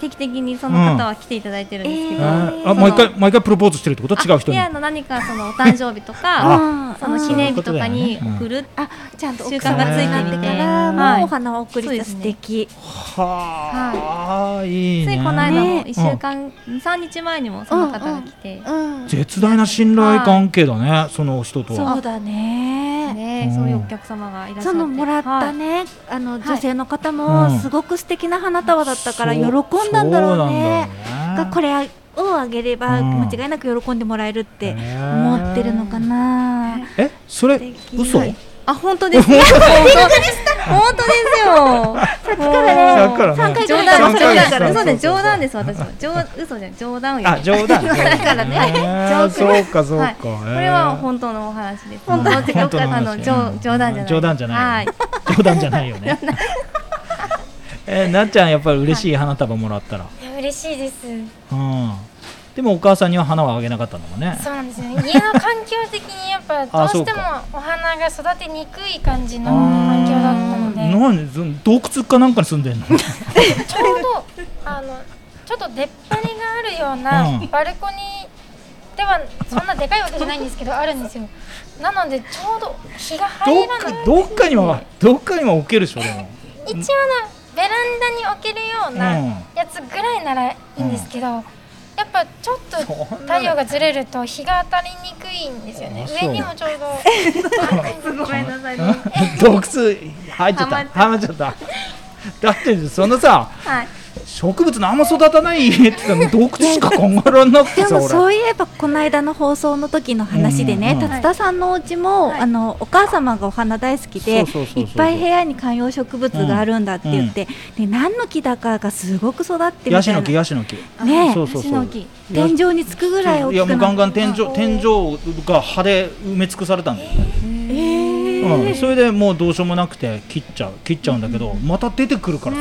[SPEAKER 4] 定期的にその方は来ていただいてるんですけど、
[SPEAKER 3] うんえー
[SPEAKER 2] あ毎回毎回プロポーズしてるってこと違う人
[SPEAKER 4] い
[SPEAKER 2] に
[SPEAKER 4] やあの何かそのお誕生日とか
[SPEAKER 3] あ
[SPEAKER 4] その記念日とかに送る
[SPEAKER 3] あちゃんと
[SPEAKER 4] 習
[SPEAKER 3] 奥
[SPEAKER 4] 慣
[SPEAKER 3] さん
[SPEAKER 4] が
[SPEAKER 3] が
[SPEAKER 4] つ
[SPEAKER 3] つい
[SPEAKER 4] い
[SPEAKER 3] て
[SPEAKER 4] てき
[SPEAKER 3] きて
[SPEAKER 4] て
[SPEAKER 3] から
[SPEAKER 4] はい
[SPEAKER 3] もお花を送り
[SPEAKER 4] そうで
[SPEAKER 3] て
[SPEAKER 4] す
[SPEAKER 3] 素
[SPEAKER 4] ね
[SPEAKER 3] 敵
[SPEAKER 2] はあ、い、い
[SPEAKER 4] つ
[SPEAKER 2] ね
[SPEAKER 4] いこの間も
[SPEAKER 3] ね
[SPEAKER 4] 1週間23日前にもその方が来て、
[SPEAKER 3] うん
[SPEAKER 2] 絶大な信頼関係だね、その人とは
[SPEAKER 3] そうだね
[SPEAKER 4] ね
[SPEAKER 2] うん
[SPEAKER 4] そういうお客様がいらっしゃって
[SPEAKER 3] そのもらった
[SPEAKER 4] はい
[SPEAKER 3] ねあの
[SPEAKER 4] い
[SPEAKER 3] 女性の方
[SPEAKER 2] うん
[SPEAKER 3] もすごく素敵な花束だったから喜んだんだろうねがこ
[SPEAKER 2] れ
[SPEAKER 3] れをあげれば
[SPEAKER 2] うん
[SPEAKER 3] 間違いなく喜んでもらえるって思ってるのかな
[SPEAKER 2] えそれ嘘
[SPEAKER 3] はい
[SPEAKER 4] あ本当ですよ本当ですよさっきから
[SPEAKER 2] さっきからね
[SPEAKER 4] 3回
[SPEAKER 3] 冗
[SPEAKER 4] 冗
[SPEAKER 3] 談
[SPEAKER 4] 談
[SPEAKER 3] です
[SPEAKER 4] です
[SPEAKER 3] 冗
[SPEAKER 4] 冗
[SPEAKER 3] 談
[SPEAKER 4] 談
[SPEAKER 2] です
[SPEAKER 4] 嘘です
[SPEAKER 2] そうそうそう
[SPEAKER 4] 冗談です私は冗嘘じゃない冗談よ
[SPEAKER 2] あ冗談
[SPEAKER 4] だからね
[SPEAKER 2] ねそうかそうか、
[SPEAKER 4] はい、これは本当のお話です。
[SPEAKER 2] 本当の話
[SPEAKER 4] よかあの冗冗談じゃない。
[SPEAKER 2] 冗談じゃない
[SPEAKER 4] は
[SPEAKER 2] よ冗談じゃないよね *laughs* えなっちゃんやっぱり嬉しい花束もらったら、
[SPEAKER 5] いや嬉しいです
[SPEAKER 2] うんでもお母さんには花はあげなかったのもんね
[SPEAKER 5] そうなんですよね家の環境的にやっぱどう
[SPEAKER 2] そう
[SPEAKER 5] しても
[SPEAKER 2] か
[SPEAKER 5] お花が育てにくい感じの環境だった
[SPEAKER 2] あ
[SPEAKER 5] の
[SPEAKER 2] ー
[SPEAKER 5] で
[SPEAKER 2] 何その洞窟かなんかに住んでんの
[SPEAKER 5] ちょうどあのちょっと出っ張りがあるよう
[SPEAKER 2] う
[SPEAKER 5] なんバルコニーではそんなでかいわけじゃないんですけどあるんですよなのでちょうど日が
[SPEAKER 2] どっ
[SPEAKER 5] 入らない
[SPEAKER 2] かどっかにはどっかには置けるでしょでも *laughs*
[SPEAKER 5] 一応なベランダに置けるような
[SPEAKER 2] うん
[SPEAKER 5] やつぐらいならいいんですけど、やっぱちょっと
[SPEAKER 2] そんなの
[SPEAKER 5] 太陽がずれると日が当たりにくいんですよね
[SPEAKER 2] あそう
[SPEAKER 5] 上にもちょうど *laughs*
[SPEAKER 4] い。ごめんなさい。
[SPEAKER 2] 洞窟入っちゃったはまっちゃっただってそのさ
[SPEAKER 4] はい。
[SPEAKER 2] 植物何も育たない家って言ったら洞窟しか考えられなくて
[SPEAKER 3] で
[SPEAKER 2] さ
[SPEAKER 3] も
[SPEAKER 2] 俺
[SPEAKER 3] そういえばこの間の放送の時の話でね、
[SPEAKER 2] うんうんうん
[SPEAKER 3] 達田さんのお家も、あのお母様がお花大好きで
[SPEAKER 2] そうそうそうそう
[SPEAKER 3] いっぱい部屋に観葉植物があるんだって言って、で何の木だかがすごく育って
[SPEAKER 2] ヤ
[SPEAKER 3] みた
[SPEAKER 2] シ
[SPEAKER 3] いな
[SPEAKER 2] の木ヤシの木
[SPEAKER 3] ねえ
[SPEAKER 2] そうそう
[SPEAKER 4] 足
[SPEAKER 2] そ
[SPEAKER 4] の
[SPEAKER 2] う
[SPEAKER 4] 木。
[SPEAKER 2] ヤシ
[SPEAKER 3] 天井につくぐらい大
[SPEAKER 2] いや
[SPEAKER 3] き
[SPEAKER 2] も
[SPEAKER 3] く
[SPEAKER 2] うガ
[SPEAKER 3] な
[SPEAKER 2] ン
[SPEAKER 3] っ
[SPEAKER 2] ガン天井天井が葉で埋め尽くされたんだよね、うん、それでもうどうしようもなくて切っちゃう切っちゃうんだけど、また出てくるからさ、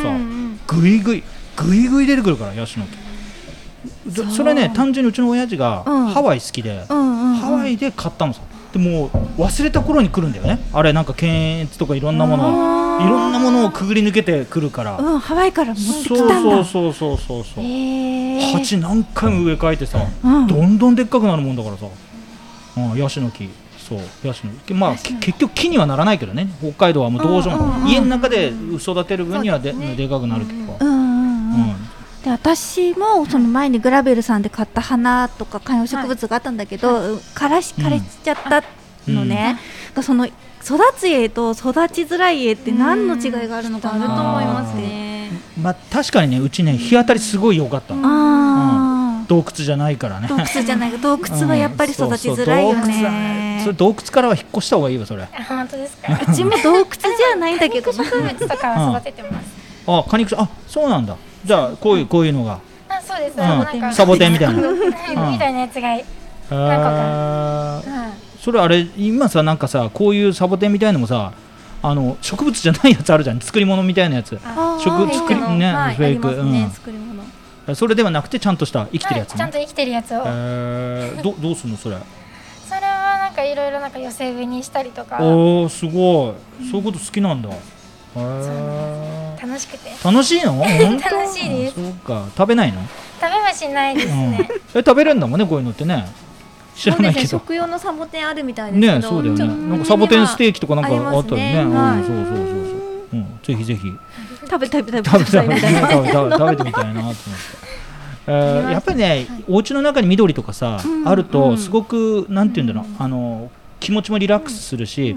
[SPEAKER 2] ぐいぐいぐいぐい出てくるからヤシの木そそれね単純にうちの親父が
[SPEAKER 3] うん
[SPEAKER 2] ハワイ好きで、
[SPEAKER 3] うんうんうん
[SPEAKER 2] ハワイで買ったのさでもう忘れた頃に来るんだよねあれなんか検閲とかいろんなものをいろんなものをくぐり抜けてくるから、
[SPEAKER 3] うん、ハワイから持ってきた
[SPEAKER 2] そ
[SPEAKER 3] ん
[SPEAKER 2] う
[SPEAKER 3] だ
[SPEAKER 2] そうそうそうそうそう、
[SPEAKER 3] へえ
[SPEAKER 2] 鉢何回も植え替えてさ、
[SPEAKER 3] うん
[SPEAKER 2] どんどんでっかくなるもんだからさ、うん、ヤシの木そうヤシの木まあけ結局木にはならないけどね北海道はもうどうしようも、
[SPEAKER 3] うんうんうん
[SPEAKER 2] 家の中で育てる分にはで
[SPEAKER 4] そうですね
[SPEAKER 2] でかくなるとか、
[SPEAKER 3] う
[SPEAKER 2] うん
[SPEAKER 3] んうんうん、で私もその前にグラベルさんで買った花とか観葉植物があったんだけど、枯らし
[SPEAKER 2] うん
[SPEAKER 3] 枯れちゃったのね、がその育つ家と育ちづらい家って何の違いがあるのか
[SPEAKER 4] あると
[SPEAKER 3] な
[SPEAKER 4] 思いますね。
[SPEAKER 2] まあ確かにねうちね日当たりすごい良かった、
[SPEAKER 4] うん
[SPEAKER 3] あー
[SPEAKER 2] 洞窟じゃないからね
[SPEAKER 3] 洞窟じゃないか洞窟はやっぱり育ちづらいよ
[SPEAKER 2] うんそうそう洞窟は
[SPEAKER 3] ね
[SPEAKER 2] *laughs* それ洞窟からは引っ越した方がいいよそれ
[SPEAKER 5] あ本当ですか
[SPEAKER 3] うちも洞窟じゃないんだけど
[SPEAKER 5] 植物とかは育ててます、
[SPEAKER 2] あ果肉あそうなんだじゃあこういうこういうのが
[SPEAKER 5] あそうそうです、
[SPEAKER 2] うん
[SPEAKER 5] あのなんか
[SPEAKER 2] サボテンみたいな
[SPEAKER 5] うんみたいなやつがい
[SPEAKER 2] あー
[SPEAKER 4] はい
[SPEAKER 2] それあれ今さなんかさこういうサボテンみたいのもさあの植物じゃないやつあるじゃん作り物みたいなやつ
[SPEAKER 4] あ
[SPEAKER 2] 食
[SPEAKER 4] フェイ
[SPEAKER 2] 作
[SPEAKER 4] ク
[SPEAKER 2] り
[SPEAKER 4] の
[SPEAKER 2] ね
[SPEAKER 4] はい
[SPEAKER 2] フェイク
[SPEAKER 4] ありますね、
[SPEAKER 2] うん
[SPEAKER 4] 作り物
[SPEAKER 2] それではなくてちゃんとした生きてるやつ、
[SPEAKER 5] はいちゃんと生きてるやつを、
[SPEAKER 2] えーどどうすんのそれ
[SPEAKER 5] それはなんかいろいろなんか寄せ植えにしたりとか
[SPEAKER 2] おーすごいそういうこと好きなんだ、へー
[SPEAKER 5] 楽しくて食
[SPEAKER 2] 楽しい
[SPEAKER 5] *laughs*
[SPEAKER 2] の本当
[SPEAKER 5] 楽しいです
[SPEAKER 2] そうか食べないの、
[SPEAKER 5] べはしないです
[SPEAKER 2] うん、え
[SPEAKER 5] ね、
[SPEAKER 2] 食べれるんだもんねこういうのってね知ら
[SPEAKER 1] そう
[SPEAKER 2] な
[SPEAKER 1] で
[SPEAKER 2] い
[SPEAKER 1] すね
[SPEAKER 2] けど
[SPEAKER 1] 食用のサボテンあるみたいですけど
[SPEAKER 2] ねそうだよ
[SPEAKER 1] ち
[SPEAKER 2] ね
[SPEAKER 1] ょっと
[SPEAKER 2] なんかサボテンステーキとかなんか
[SPEAKER 1] ありますね
[SPEAKER 2] あったりねうん
[SPEAKER 1] はい
[SPEAKER 2] そうそうそうそううんぜひぜひ
[SPEAKER 1] 食べたい食べたい
[SPEAKER 2] 食べ
[SPEAKER 1] 食べたいみたいな
[SPEAKER 2] 食べ食べ食べてみたいなと思って。えーやっぱりね、お家の中に緑とかさ、ある
[SPEAKER 1] う
[SPEAKER 2] と
[SPEAKER 1] ん
[SPEAKER 2] すごく、なんて言うんだろう、あの気持ちもリラックスするし、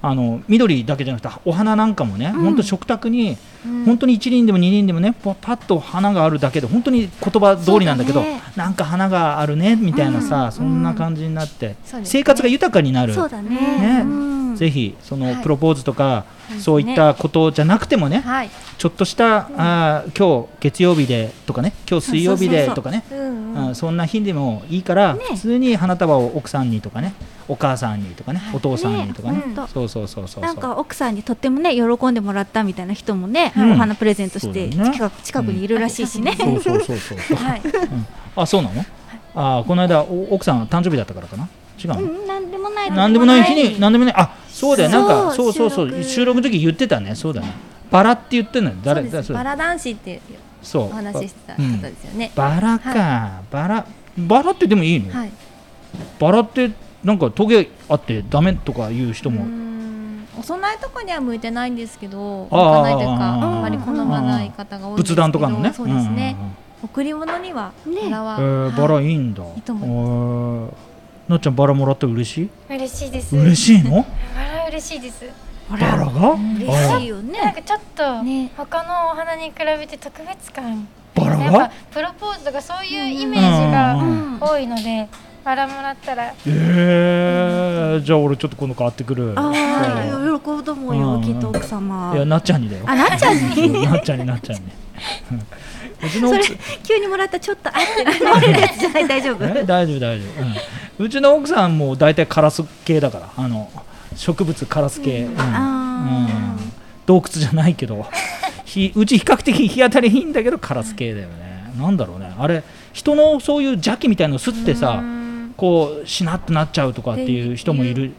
[SPEAKER 2] あの緑だけじゃなくてお花なんかもね、本当食卓に、本当に一輪でも二輪でもねパパッと花があるだけで本当に言葉通りなんだけど
[SPEAKER 3] そうだね
[SPEAKER 2] なんか花があるねみたいなさ、
[SPEAKER 3] うん
[SPEAKER 2] そんな感じになって、
[SPEAKER 1] そうですね
[SPEAKER 2] 生活が豊かになる。
[SPEAKER 3] そうだね
[SPEAKER 2] ね
[SPEAKER 3] うん
[SPEAKER 2] ぜひその
[SPEAKER 1] はい
[SPEAKER 2] プロポーズとか、
[SPEAKER 1] い
[SPEAKER 2] そういったことじゃなくてもね、
[SPEAKER 4] はい
[SPEAKER 2] ちょっとした、あー今日月曜日でとかね今日水曜日でとかね
[SPEAKER 1] うんうん
[SPEAKER 2] あーそんな日でもいいから、普通に花束を奥さんにとかねお母さんにとかねお父さんにとかね
[SPEAKER 3] ねほんと
[SPEAKER 2] そうそうそうそう
[SPEAKER 3] なん
[SPEAKER 2] そう
[SPEAKER 3] か奥さんにとってもね喜んでもらったみたいな人もね、
[SPEAKER 2] うん
[SPEAKER 3] お花プレゼントして
[SPEAKER 2] そうだよね
[SPEAKER 3] 近く近くにいるらしいしね、
[SPEAKER 2] そうそうそうそうそう
[SPEAKER 4] はい
[SPEAKER 2] あそうなの、あーこの間お奥さん誕生日だったからかな違うの、
[SPEAKER 3] うんなんでもない
[SPEAKER 2] なんでもない日に、なんでもない、あ、そうだよ、なんか、そ
[SPEAKER 3] そうう
[SPEAKER 2] そうそう、
[SPEAKER 3] 収
[SPEAKER 2] 収
[SPEAKER 3] 録
[SPEAKER 2] 録の時言ってたね、そうだね。バラって言ってんのよ、
[SPEAKER 4] そう
[SPEAKER 2] 誰、
[SPEAKER 4] で
[SPEAKER 2] 誰
[SPEAKER 4] す
[SPEAKER 2] そう
[SPEAKER 4] バラ男子っていう
[SPEAKER 2] そう
[SPEAKER 4] お話ししてた
[SPEAKER 2] う
[SPEAKER 4] 方
[SPEAKER 2] ん
[SPEAKER 4] ですよね、
[SPEAKER 2] バラか、バラ、バラってでもいいの。
[SPEAKER 4] はい
[SPEAKER 2] バラって、なんかトゲあって、ダメとか言う人
[SPEAKER 1] う
[SPEAKER 2] も。
[SPEAKER 1] んお供えとかには向いてないんですけど向
[SPEAKER 2] あ
[SPEAKER 1] か
[SPEAKER 2] ー
[SPEAKER 1] ないというか
[SPEAKER 2] あー
[SPEAKER 1] あまり好まない方が多いんです
[SPEAKER 2] 仏
[SPEAKER 1] けど
[SPEAKER 2] 壇とかのね。
[SPEAKER 1] そうですね
[SPEAKER 2] うんうんうん
[SPEAKER 1] 贈り物には
[SPEAKER 3] ね
[SPEAKER 1] バラは
[SPEAKER 2] えーバラいいんだ。
[SPEAKER 1] いいと思い
[SPEAKER 2] えーなっちゃんバラもらって嬉しい。
[SPEAKER 5] 嬉しいです
[SPEAKER 2] 嬉しいの。
[SPEAKER 5] 笑い嬉しいです
[SPEAKER 2] バラが。
[SPEAKER 3] 嬉しいよ
[SPEAKER 5] なん
[SPEAKER 3] ね
[SPEAKER 5] かちょっと
[SPEAKER 3] ね
[SPEAKER 5] 他のお花に比べて特別感
[SPEAKER 2] あらバラ
[SPEAKER 5] やっ
[SPEAKER 2] が
[SPEAKER 5] ぱ。プロポーズとかそういうイメージ
[SPEAKER 2] う
[SPEAKER 5] が
[SPEAKER 2] ん
[SPEAKER 5] 多いのでバラもらったら
[SPEAKER 2] えーじゃあ、俺ちょっと今度買ってくる。
[SPEAKER 3] あ
[SPEAKER 2] そう
[SPEAKER 3] あ喜ぶと思うよ、
[SPEAKER 2] うん
[SPEAKER 3] きっと奥様
[SPEAKER 2] いや、なっちゃんにだよ。
[SPEAKER 3] あなっちゃんに
[SPEAKER 2] なっちゃんになっちゃんに。うんうちの奥
[SPEAKER 3] それ
[SPEAKER 2] さん
[SPEAKER 3] 急にもらったちょっとあって思われるやつじゃない大丈夫
[SPEAKER 2] え大丈夫大丈夫、うんうちの奥さんも大体カラス系だからあの植物カラス系、うん
[SPEAKER 3] あ
[SPEAKER 2] うん洞窟じゃないけどひうち比較的日当たりいいんだけどカラス系だよね、なんだろうねあれ人のそういう邪気みたいの吸ってさこうしなってなっちゃうとかっていう人もいる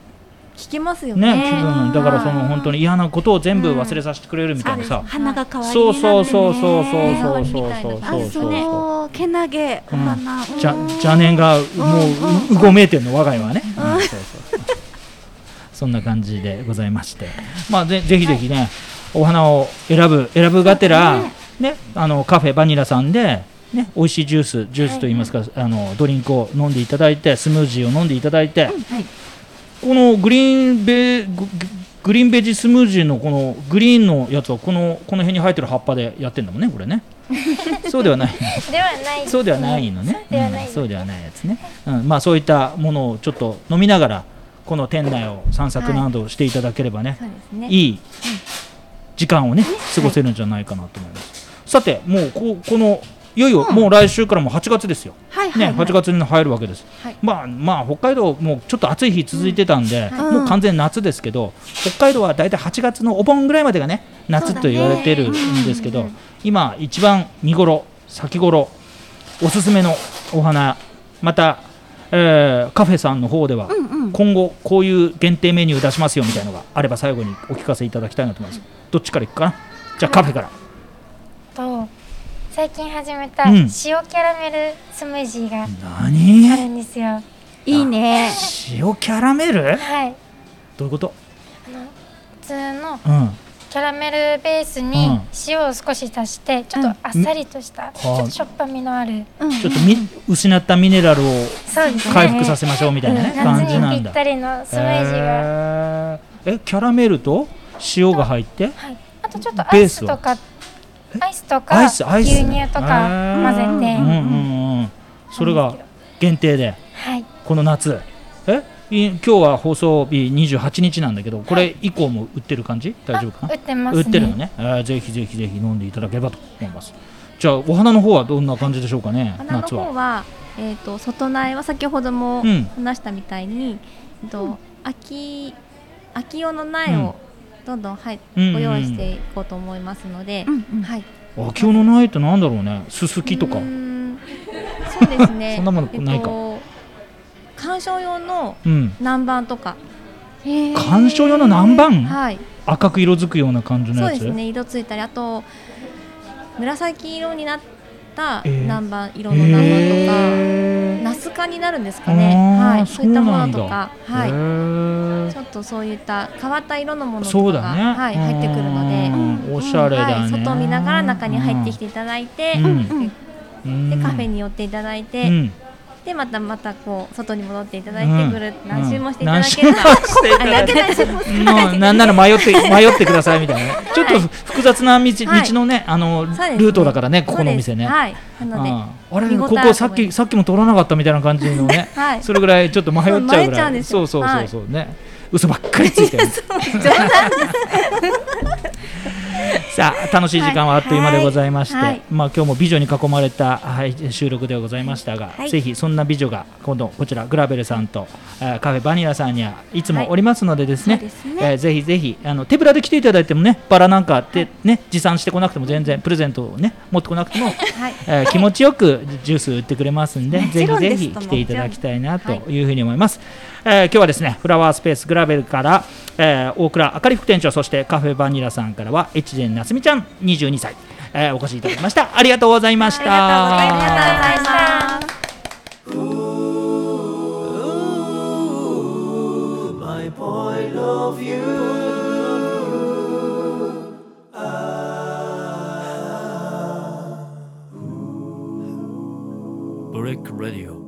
[SPEAKER 1] 聞きますよね
[SPEAKER 2] ね気分だからその本当に嫌なことを全部忘れさせてくれるみたいなさ、
[SPEAKER 3] 花が可愛い
[SPEAKER 2] そうそうそうそうそうそうそう
[SPEAKER 1] ね
[SPEAKER 2] そう
[SPEAKER 3] あ
[SPEAKER 2] そうそう
[SPEAKER 3] そうねけなげお花、
[SPEAKER 2] じゃ邪念がもうううごめいてるの我が家はね、うんそうそうそんな感じでございましてまあぜぜひぜひね、お花を選ぶ選ぶがてら、ね、あのカフェバニラさんで、ね、美味しいジュースジュースといいますか、あのドリンクを飲んでいただいてスムージーを飲んでいただいて、このグリーンベググリーンベジスムージーのこのグリーンのやつはこのこの辺に生えてる葉っぱでやってんだもんねこれねそうではない
[SPEAKER 5] ではない
[SPEAKER 2] そうではないのね。
[SPEAKER 5] そうではない
[SPEAKER 2] うんそうではないやつね。うん、まあそういったものをちょっと飲みながらこの店内を散策などしていただければね、
[SPEAKER 4] そうですね
[SPEAKER 2] い、い時間をね過ごせるんじゃないかなと思います。さてもうここのいよいよもう来週からもう8月ですよ。
[SPEAKER 3] はいはい、
[SPEAKER 2] ね、8月に入るわけです、
[SPEAKER 4] はい
[SPEAKER 2] まあまあ北海道もうちょっと暑い日続いてたんで、
[SPEAKER 3] い
[SPEAKER 2] もう完全に夏ですけど北海道は大体8月のお盆ぐらいまでがね夏と言われてるんですけど、今一番見頃先頃おすすめのお花また、えーカフェさんの方では今後こういう限定メニュー出しますよみたいなのがあれば最後にお聞かせいただきたいなと思いますどっちからいくかなじゃあカフェから
[SPEAKER 5] と最近始めた
[SPEAKER 2] うん
[SPEAKER 5] 塩キャラメルスムージーがある
[SPEAKER 2] 何
[SPEAKER 5] んですよ、
[SPEAKER 3] いいね
[SPEAKER 2] 塩キャラメル
[SPEAKER 5] はい
[SPEAKER 2] どういうこと
[SPEAKER 5] 普通の
[SPEAKER 2] うん
[SPEAKER 5] キャラメルベース
[SPEAKER 2] う
[SPEAKER 5] に
[SPEAKER 2] ん
[SPEAKER 5] 塩を少し足してちょっとあっさりとした、ちょっとしょっぱみのある
[SPEAKER 2] ちょっとみ失ったミネラルを
[SPEAKER 5] そうですね
[SPEAKER 2] 回復させましょうみたいなね、感じ
[SPEAKER 5] 夏
[SPEAKER 2] なん
[SPEAKER 5] にぴっ
[SPEAKER 2] だ。
[SPEAKER 5] たりのスムージーが、
[SPEAKER 2] へーえキャラメルと塩が入って
[SPEAKER 5] はい、あとちょっとア
[SPEAKER 2] ベー
[SPEAKER 5] イ
[SPEAKER 2] ス
[SPEAKER 5] ス
[SPEAKER 2] は
[SPEAKER 5] とかアイスと
[SPEAKER 2] ア
[SPEAKER 5] か
[SPEAKER 2] イスアイス
[SPEAKER 5] 牛乳とか混ぜ
[SPEAKER 2] へ
[SPEAKER 5] て、
[SPEAKER 2] ーうんうんうんそれが限定で
[SPEAKER 5] はい
[SPEAKER 2] この夏えい今日は放送日28日なんだけどこれ以降も売ってる感じ大丈夫かな
[SPEAKER 5] あ売ってます
[SPEAKER 2] 売
[SPEAKER 5] ね
[SPEAKER 2] ってるのね、えーぜひぜひぜひ飲んでいただければと思いますじゃあお花の方はどんな感じでしょうかね、
[SPEAKER 4] 花の
[SPEAKER 2] 夏
[SPEAKER 4] 方
[SPEAKER 2] は。
[SPEAKER 4] は、えー、と外苗は先ほども
[SPEAKER 2] うん
[SPEAKER 4] 話したみたいに、えっと秋秋用の苗をどんどん、はい
[SPEAKER 2] うんうんうん
[SPEAKER 4] ご用意していこうと思いますので、
[SPEAKER 3] うんうん
[SPEAKER 4] はい、
[SPEAKER 2] 秋用の苗ってなんだろうね、ススキとか
[SPEAKER 4] うー。んそうですね
[SPEAKER 2] *laughs* そんなものないか
[SPEAKER 4] えっと観賞用の
[SPEAKER 2] うん。
[SPEAKER 4] 南蛮とか、
[SPEAKER 2] 観賞用の南蛮
[SPEAKER 4] はい、
[SPEAKER 2] 赤く色づくような感じの
[SPEAKER 4] そう
[SPEAKER 2] や
[SPEAKER 4] で
[SPEAKER 2] つ。
[SPEAKER 4] すね色ついたりあと紫色になった
[SPEAKER 2] えー
[SPEAKER 4] 南蛮、
[SPEAKER 2] へ
[SPEAKER 4] 色の南蛮とか。
[SPEAKER 2] ー。
[SPEAKER 4] ナス科になるんですかね。
[SPEAKER 2] あー
[SPEAKER 4] はい、そういったものとか、
[SPEAKER 2] そうな
[SPEAKER 4] は
[SPEAKER 2] んだ
[SPEAKER 4] い、
[SPEAKER 2] へー
[SPEAKER 4] ちょっとそういった変わった色のもの
[SPEAKER 2] そ
[SPEAKER 4] と
[SPEAKER 2] う
[SPEAKER 4] かが、
[SPEAKER 2] だね。
[SPEAKER 4] はい、入ってくるので、
[SPEAKER 2] うんおしゃれだ
[SPEAKER 4] はい、
[SPEAKER 2] ね。
[SPEAKER 4] 外を見ながら中に入ってきていただいて、
[SPEAKER 2] うん
[SPEAKER 4] で
[SPEAKER 2] で
[SPEAKER 4] カフェに寄っていただいて、
[SPEAKER 2] うん
[SPEAKER 4] *laughs* でまたまたこう外に戻っていただ
[SPEAKER 2] う
[SPEAKER 4] い
[SPEAKER 2] ん
[SPEAKER 4] てぐるっと何周もしていただければ、
[SPEAKER 2] 何周もしていただ
[SPEAKER 4] あだ
[SPEAKER 2] い
[SPEAKER 4] け
[SPEAKER 2] て
[SPEAKER 4] 何周もしていただ
[SPEAKER 2] も
[SPEAKER 4] け
[SPEAKER 2] う
[SPEAKER 4] れば
[SPEAKER 2] なんなら迷って迷ってくださいみたいなね。ちょっと複雑な道道のねあのル
[SPEAKER 4] そうですね
[SPEAKER 2] ートだからねここのお店ね。
[SPEAKER 4] そうですはい、なので、
[SPEAKER 2] あーあれ
[SPEAKER 4] 見応え
[SPEAKER 2] ここさっ
[SPEAKER 4] あると
[SPEAKER 2] き
[SPEAKER 4] 思います。
[SPEAKER 2] さっきも取らなかったみたいな感じのね
[SPEAKER 4] はい
[SPEAKER 2] それぐらいちょっと迷っちゃうぐら
[SPEAKER 4] そう迷っちゃう
[SPEAKER 2] い。
[SPEAKER 4] んです
[SPEAKER 2] そう
[SPEAKER 4] よ
[SPEAKER 2] そうそうそうね。嘘ばっかりついてる。 *laughs* さあ楽しい時間はあっという間でございまして、
[SPEAKER 4] はいはい
[SPEAKER 2] まあ今日も美女に囲まれた、はい、収録でございましたが、
[SPEAKER 4] はい
[SPEAKER 2] ぜひそんな美女が今度こちらグラベルさんと、えーカフェバニラさんにはいつもおりますのでですね,、
[SPEAKER 4] はいそうですね
[SPEAKER 2] えーぜひぜひあの手ぶらで来ていただいてもねバラなんかって、ね、持参してこなくても全然プレゼントをね持ってこな
[SPEAKER 4] *laughs*
[SPEAKER 2] くても、えー気持ちよくジュース売ってくれますんでぜ
[SPEAKER 4] ち
[SPEAKER 2] ひ
[SPEAKER 4] ろん
[SPEAKER 2] ぜ
[SPEAKER 4] です
[SPEAKER 2] ひ来ていただきたいなと
[SPEAKER 4] はい
[SPEAKER 2] いうふうに思います、えー今日はですねフラワースペースグラベルから、えー大倉あかり副店長そしてカフェバニラさんからは越前夏美ちゃん22歳、えーお越しいただきましたありがとうございました
[SPEAKER 4] ありがとうございます。
[SPEAKER 6] my point of view. Ah. Brick Radio.